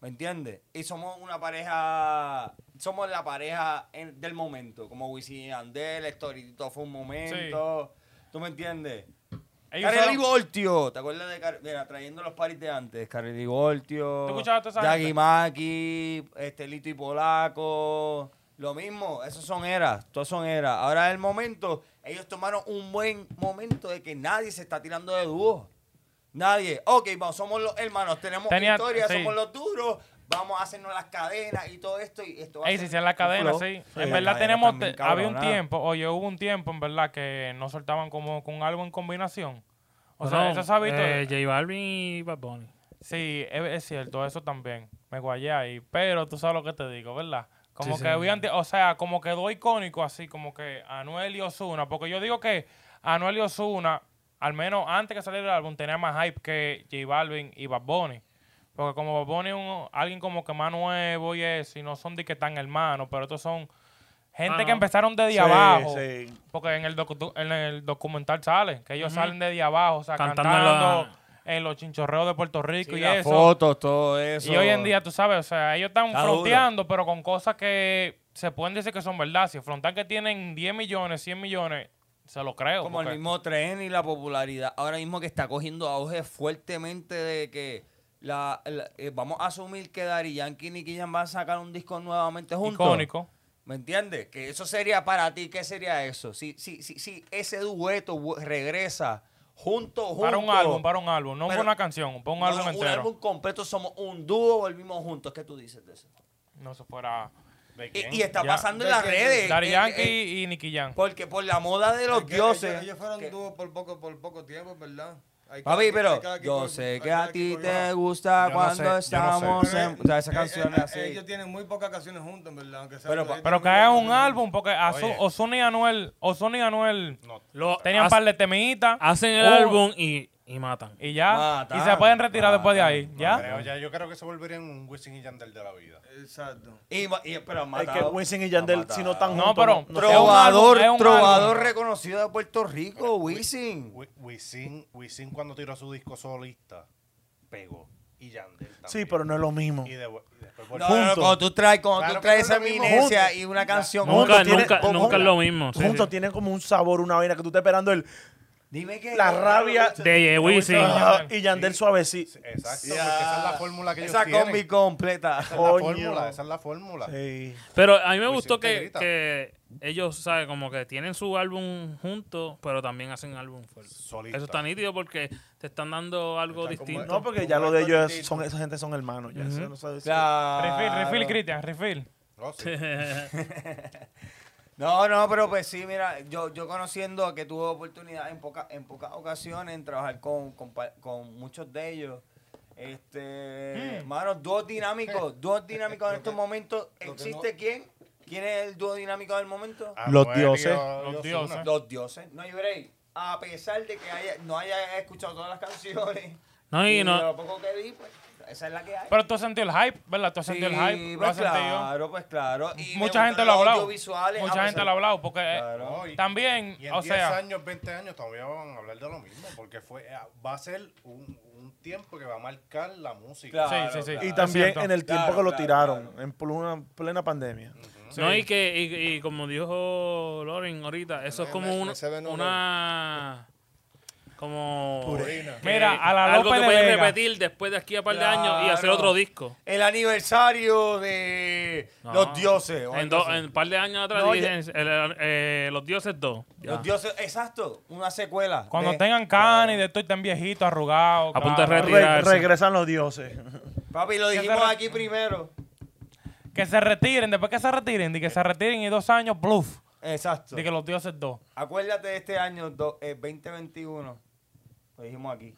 Speaker 2: ¿Me entiendes? Y somos una pareja. Somos la pareja en- del momento. Como Wisin y Andel, Estorito fue un momento. ¿Tú me entiendes?
Speaker 1: Ellos
Speaker 2: Carely
Speaker 1: usaron-
Speaker 2: Voltio, oh, ¿te acuerdas de Car Mira, trayendo los paris de antes? Carely Voltio,
Speaker 1: ¿Tú escuchabas a toda esa
Speaker 2: Yagi
Speaker 1: gente?
Speaker 2: Maki, este, Lito y Polaco, lo mismo, esos son eras, todos son eras. Ahora es el momento, ellos tomaron un buen momento de que nadie se está tirando de dúo. Nadie. Ok, vamos, somos los hermanos, tenemos
Speaker 1: Tenía-
Speaker 2: historia,
Speaker 1: sí.
Speaker 2: somos los duros, vamos a hacernos las cadenas y todo esto. Y esto va a
Speaker 1: Ey,
Speaker 2: ser
Speaker 1: si hicieron la
Speaker 2: un
Speaker 1: cadena,
Speaker 2: flow.
Speaker 1: sí.
Speaker 2: Sí,
Speaker 1: En
Speaker 2: la
Speaker 1: verdad
Speaker 2: cadena
Speaker 1: tenemos,
Speaker 2: también,
Speaker 1: te- había un
Speaker 2: cabronada.
Speaker 1: tiempo, oye, hubo un tiempo en verdad que no soltaban como con algo en combinación. O sea,
Speaker 3: Bueno,
Speaker 1: eso es hábito.
Speaker 3: eh, J Balvin y Bad Bunny.
Speaker 1: Sí, es, es cierto, eso también. Me guayé ahí. Pero tú sabes lo que te digo, ¿verdad? Como
Speaker 3: Sí,
Speaker 1: que
Speaker 3: sí.
Speaker 1: había anti- o sea, como quedó icónico así, como que Anuel y Osuna. Porque yo digo que Anuel y Osuna, al menos antes que saliera el álbum, tenía más hype que J Balvin y Bad Bunny. Porque como Bad Bunny es un- alguien como que más nuevo y eso, y no son de que tan hermanos, pero estos son gente
Speaker 3: Ah.
Speaker 1: que empezaron de día
Speaker 7: Sí,
Speaker 1: abajo.
Speaker 7: sí.
Speaker 1: Porque en el, docu- en el documental sale, que ellos salen de día abajo, o sea,
Speaker 3: Cantando
Speaker 1: cantando, en los chinchorreos de Puerto Rico
Speaker 2: Sí,
Speaker 1: y
Speaker 2: las
Speaker 1: eso.
Speaker 2: fotos, todo eso.
Speaker 1: Y hoy en día, tú sabes, o sea, ellos están
Speaker 2: Está duro.
Speaker 1: fronteando, pero con cosas que se pueden decir que son verdad. Si frontean que tienen 10 millones, 100 millones, se lo creo.
Speaker 2: Como el
Speaker 1: porque-
Speaker 2: mismo tren y la popularidad. Ahora mismo que está cogiendo auge fuertemente de que la, la- eh, vamos a asumir que Dari Yankee y Nicky Jam van a sacar un disco nuevamente juntos.
Speaker 1: Icónico.
Speaker 2: ¿Me entiendes? Que eso sería para ti, ¿qué sería eso? Si, si, si, si ese dueto vu- regresa junto, junto.
Speaker 1: Para un álbum, para un álbum. No
Speaker 2: Pero-
Speaker 1: para una canción, para un
Speaker 2: No,
Speaker 1: álbum entero.
Speaker 2: álbum completo, somos un dúo, volvimos juntos. ¿Qué tú dices de eso?
Speaker 1: No se fuera.
Speaker 5: ¿De quién?
Speaker 2: Y, y está
Speaker 1: Ya.
Speaker 2: pasando en las redes.
Speaker 1: Dari
Speaker 2: Eh,
Speaker 1: Yankee
Speaker 2: eh,
Speaker 1: y Nicky Jam.
Speaker 2: porque por la moda de los
Speaker 6: Es que
Speaker 2: dioses.
Speaker 6: Ellos, ellos fueron
Speaker 2: que-
Speaker 6: dúo por poco, por poco tiempo, ¿verdad? Hay cada
Speaker 2: Papi,
Speaker 6: quien-
Speaker 2: pero
Speaker 6: hay cada quien
Speaker 2: yo
Speaker 6: con-
Speaker 2: sé
Speaker 6: hay
Speaker 2: que
Speaker 6: cada
Speaker 2: a ti
Speaker 6: quien con-
Speaker 2: te gusta
Speaker 5: Yo no
Speaker 2: cuando
Speaker 5: sé, yo no sé.
Speaker 2: estamos
Speaker 6: Pero,
Speaker 2: en... O sea, esa
Speaker 6: eh,
Speaker 2: canción
Speaker 6: eh,
Speaker 2: es así.
Speaker 6: Ellos tienen muy pocas canciones juntas, ¿verdad? Aunque sea-
Speaker 2: Pero
Speaker 6: ellos
Speaker 2: pa-
Speaker 6: tienen
Speaker 1: Pero que
Speaker 6: muy
Speaker 1: haga
Speaker 6: pocas
Speaker 1: un
Speaker 6: canciones.
Speaker 1: álbum, porque Azu-
Speaker 5: Oye.
Speaker 1: Ozuna y Anuel, Ozuna y Anuel
Speaker 5: No,
Speaker 3: Lo-
Speaker 1: tenían un
Speaker 3: hac-
Speaker 1: par de temitas.
Speaker 3: Hacen el
Speaker 1: Uh,
Speaker 3: álbum y, y matan.
Speaker 1: Y ya.
Speaker 2: Matan,
Speaker 1: y se pueden retirar después de ahí.
Speaker 5: no
Speaker 2: Ah.
Speaker 1: ¿Ya?
Speaker 5: creo, ya. Yo creo que se volverían un Wisin y Yandel de la vida.
Speaker 6: Exacto.
Speaker 2: Y, ma- y- pero han
Speaker 7: Es que
Speaker 2: matado.
Speaker 7: Wisin y Yandel, si no están
Speaker 1: No,
Speaker 7: juntos,
Speaker 1: pero-
Speaker 7: no-
Speaker 1: es un
Speaker 2: Trovador,
Speaker 1: álbum, es un
Speaker 2: trovador
Speaker 1: álbum.
Speaker 2: reconocido de Puerto Rico, Wisin.
Speaker 5: Wi- Wisin, Wisin cuando tiró su disco solista, pegó. Y Yandel también.
Speaker 7: Sí, pero no es lo mismo.
Speaker 5: Y, de- y después
Speaker 2: No,
Speaker 5: volvió.
Speaker 2: no, no,
Speaker 7: Juntos.
Speaker 2: cuando tú traes, cuando
Speaker 5: Claro
Speaker 2: tú traes
Speaker 5: que
Speaker 2: esa
Speaker 5: no es lo mismo
Speaker 2: eminencia
Speaker 5: juntos.
Speaker 2: y una canción...
Speaker 7: No,
Speaker 3: Nunca,
Speaker 7: juntos tiene-
Speaker 3: nunca,
Speaker 7: juntos-
Speaker 3: nunca es lo mismo. sí,
Speaker 7: Juntos
Speaker 3: sí.
Speaker 7: tienen como un sabor, una vaina que tú estás esperando el,
Speaker 2: Dime que...
Speaker 7: la rabia
Speaker 3: De Wisin.
Speaker 7: Ah, y Yandel
Speaker 5: Sí.
Speaker 7: suavecito.
Speaker 5: Exacto,
Speaker 2: Ya.
Speaker 5: porque esa es la fórmula que ellos
Speaker 2: Esa
Speaker 5: tienen.
Speaker 2: combi completa.
Speaker 5: Esa es
Speaker 7: Coño.
Speaker 5: la fórmula, esa es la fórmula.
Speaker 7: Sí.
Speaker 3: Pero a mí me
Speaker 5: Wisin
Speaker 3: gustó que,
Speaker 5: Integrita.
Speaker 3: que ellos, ¿sabes? Como que tienen su álbum juntos, pero también hacen álbum fuerte.
Speaker 5: Solista.
Speaker 3: Eso está nítido porque te están dando algo
Speaker 5: Están como-
Speaker 3: distinto.
Speaker 7: No, porque ya lo de ellos es- son, esa gente son hermanos. Ya eso no sabe si-
Speaker 1: Refill,
Speaker 2: Claro.
Speaker 1: refill, Cristian, refill. [laughs]
Speaker 5: No, sí.
Speaker 2: No, no, pero pues sí, mira, yo, yo conociendo que tuve oportunidad en, poca, en pocas ocasiones en trabajar con, con, pa- con muchos de ellos. Este, hermano, dúos dinámicos, dúos dinámicos en estos momentos. ¿Existe quién? ¿Quién es el dúo dinámico del momento?
Speaker 7: Los
Speaker 5: Anuel y
Speaker 7: dioses.
Speaker 5: Ozuna.
Speaker 1: Los dioses.
Speaker 2: Los dioses, no hay break. A pesar de que haya- no haya escuchado todas
Speaker 1: [laughs]
Speaker 2: las canciones,
Speaker 3: No, y no-
Speaker 2: lo poco que vi, pues, esa es la que hay.
Speaker 1: Pero tú has sentido el hype, ¿verdad? Tú has sentido el hype.
Speaker 2: Sí,
Speaker 1: lo
Speaker 2: pues
Speaker 1: has sentido.
Speaker 2: claro, pues claro. Y me
Speaker 1: Mucha gente
Speaker 2: gustan
Speaker 1: lo ha
Speaker 2: los
Speaker 1: hablado.
Speaker 2: audiovisuales, a
Speaker 1: Mucha gente
Speaker 2: pesar-
Speaker 1: lo ha hablado. Porque eh,
Speaker 2: Claro.
Speaker 5: No, y-
Speaker 1: también,
Speaker 5: Y en
Speaker 1: o
Speaker 5: 10
Speaker 1: sea,
Speaker 5: años, 20 años todavía van a hablar de lo mismo, porque fue, eh, va a ser un, un tiempo que va a marcar la música.
Speaker 2: Claro,
Speaker 1: sí, sí, sí.
Speaker 2: claro.
Speaker 7: Y también
Speaker 1: cierto.
Speaker 7: en el tiempo
Speaker 2: Claro,
Speaker 7: que lo
Speaker 2: claro,
Speaker 7: tiraron, en plena, plena pandemia.
Speaker 3: no, y que y, y como dijo Loren ahorita, eso es como
Speaker 6: me-
Speaker 3: una...
Speaker 6: me se ve en un
Speaker 3: una como...
Speaker 5: Purina.
Speaker 3: que-
Speaker 1: Mira, a la
Speaker 3: Algo
Speaker 1: Lope
Speaker 3: que
Speaker 1: de
Speaker 3: pueden
Speaker 1: Vega.
Speaker 3: repetir después de aquí a par de años y
Speaker 2: Claro.
Speaker 3: hacer otro disco.
Speaker 2: El aniversario de
Speaker 3: No.
Speaker 2: los dioses. o
Speaker 3: En
Speaker 2: algo
Speaker 3: do-
Speaker 2: así.
Speaker 3: en un par de años atrás,
Speaker 2: No,
Speaker 3: dicen, el- eh, Los Dioses 2.
Speaker 2: Los dioses, exacto, una secuela.
Speaker 1: cuando
Speaker 2: de-
Speaker 1: tengan cana y de esto estén viejitos, arrugados.
Speaker 3: A punto de
Speaker 1: claro.
Speaker 3: retiro.
Speaker 7: Re-
Speaker 3: Retirarse.
Speaker 7: regresan los dioses.
Speaker 2: Papi, lo dijimos aquí primero.
Speaker 1: Que se retiren, después que se retiren, de que se retiren y dos años, bluff.
Speaker 2: Exacto.
Speaker 1: De que los dioses dos.
Speaker 2: Acuérdate de este año do- eh, 2021. Lo dijimos aquí.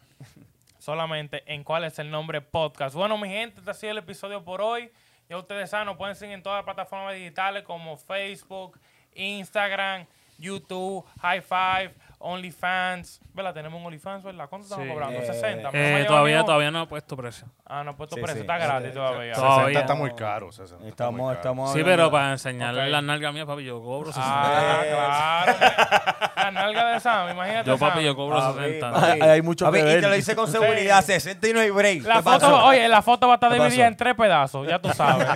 Speaker 1: Solamente en cuál es el nombre podcast. Bueno, mi gente, este ha sido el episodio por hoy. Ya ustedes saben, nos pueden seguir en todas las plataformas digitales como Facebook, Instagram, YouTube, High Five, OnlyFans. ¿Verdad? Tenemos un OnlyFans, ¿verdad? ¿Cuánto estamos
Speaker 3: Sí.
Speaker 1: cobrando?
Speaker 2: Eh,
Speaker 1: 60.
Speaker 3: Eh,
Speaker 1: Mamá,
Speaker 3: todavía,
Speaker 1: yo-
Speaker 3: todavía no ha puesto precio.
Speaker 1: Ah, no he puesto
Speaker 2: Sí,
Speaker 1: precio.
Speaker 2: sí.
Speaker 1: Está gratis todavía.
Speaker 3: Todo. Todavía.
Speaker 5: 60 está muy caro. 60 está muy
Speaker 2: Estamos,
Speaker 5: caro.
Speaker 2: estamos.
Speaker 3: Sí,
Speaker 2: hablando-
Speaker 3: pero para enseñarle
Speaker 1: Ok.
Speaker 3: las nalgas mías, papi, yo cobro 60.
Speaker 1: Ah, claro. La nalga de Sam, imagínate.
Speaker 3: yo, papi,
Speaker 1: Sam.
Speaker 3: yo cobro
Speaker 2: Papi,
Speaker 3: 60.
Speaker 2: papi.
Speaker 7: Ay,
Speaker 2: [laughs]
Speaker 7: hay mucho
Speaker 2: Papi,
Speaker 7: que
Speaker 2: Y
Speaker 7: ver.
Speaker 2: te lo hice con seguridad, 60 y no hay break.
Speaker 1: La
Speaker 2: ¿Qué
Speaker 1: foto,
Speaker 2: pasó?
Speaker 1: oye, la foto va a estar
Speaker 2: ¿Qué pasó?
Speaker 1: dividida en tres pedazos, ya tú sabes.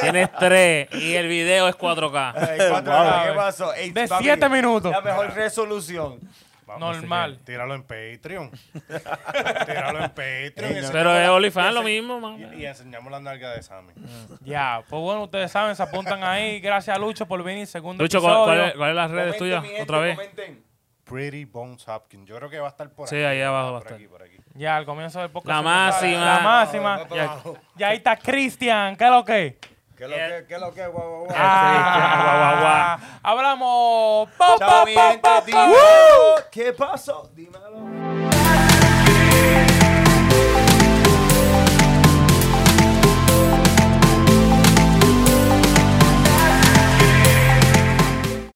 Speaker 3: Tienes tres y el video es 4K.
Speaker 2: Ey, Eh, cuatro
Speaker 1: Wow.
Speaker 2: horas, ¿Qué pasó? Ey,
Speaker 1: De
Speaker 2: papi,
Speaker 1: siete minutos.
Speaker 2: La mejor resolución.
Speaker 5: Vamos,
Speaker 1: Normal.
Speaker 5: señor, Tíralo en Patreon. [laughs] tíralo en Patreon. y
Speaker 3: Pero es OnlyFans lo mismo, mami.
Speaker 5: ense- Y, enseñamos la nalga de Sammy.
Speaker 3: Mm.
Speaker 1: Ya, pues bueno, ustedes saben, se apuntan ahí. Gracias a Lucho por venir, segundo
Speaker 3: Lucho, ¿cuál,
Speaker 1: episodio.
Speaker 3: cuál es, cuál es las redes
Speaker 2: Comenten,
Speaker 3: tuyas?
Speaker 2: mi gente,
Speaker 3: Otra vez.
Speaker 2: comenten.
Speaker 5: Pretty Bones Hopkins. Yo creo que va a estar por
Speaker 3: Sí,
Speaker 5: aquí.
Speaker 3: ahí abajo va a
Speaker 5: Por
Speaker 3: estar.
Speaker 5: aquí, por aquí.
Speaker 1: Ya, al comienzo del podcast.
Speaker 3: La
Speaker 1: se
Speaker 3: máxima.
Speaker 1: prepara. La máxima.
Speaker 6: No, no,
Speaker 1: ya,
Speaker 6: no.
Speaker 1: ya ahí está Cristian, ¿qué es lo que?
Speaker 6: ¿Qué es lo
Speaker 3: Eh.
Speaker 6: que, qué es lo que, guau, guau, guau?
Speaker 1: Ah, Hablamos. Pa, pa,
Speaker 2: Chao, mi
Speaker 1: pa,
Speaker 2: gente.
Speaker 1: pa, pa.
Speaker 2: dímelo. ¿Qué pasó? Dímelo.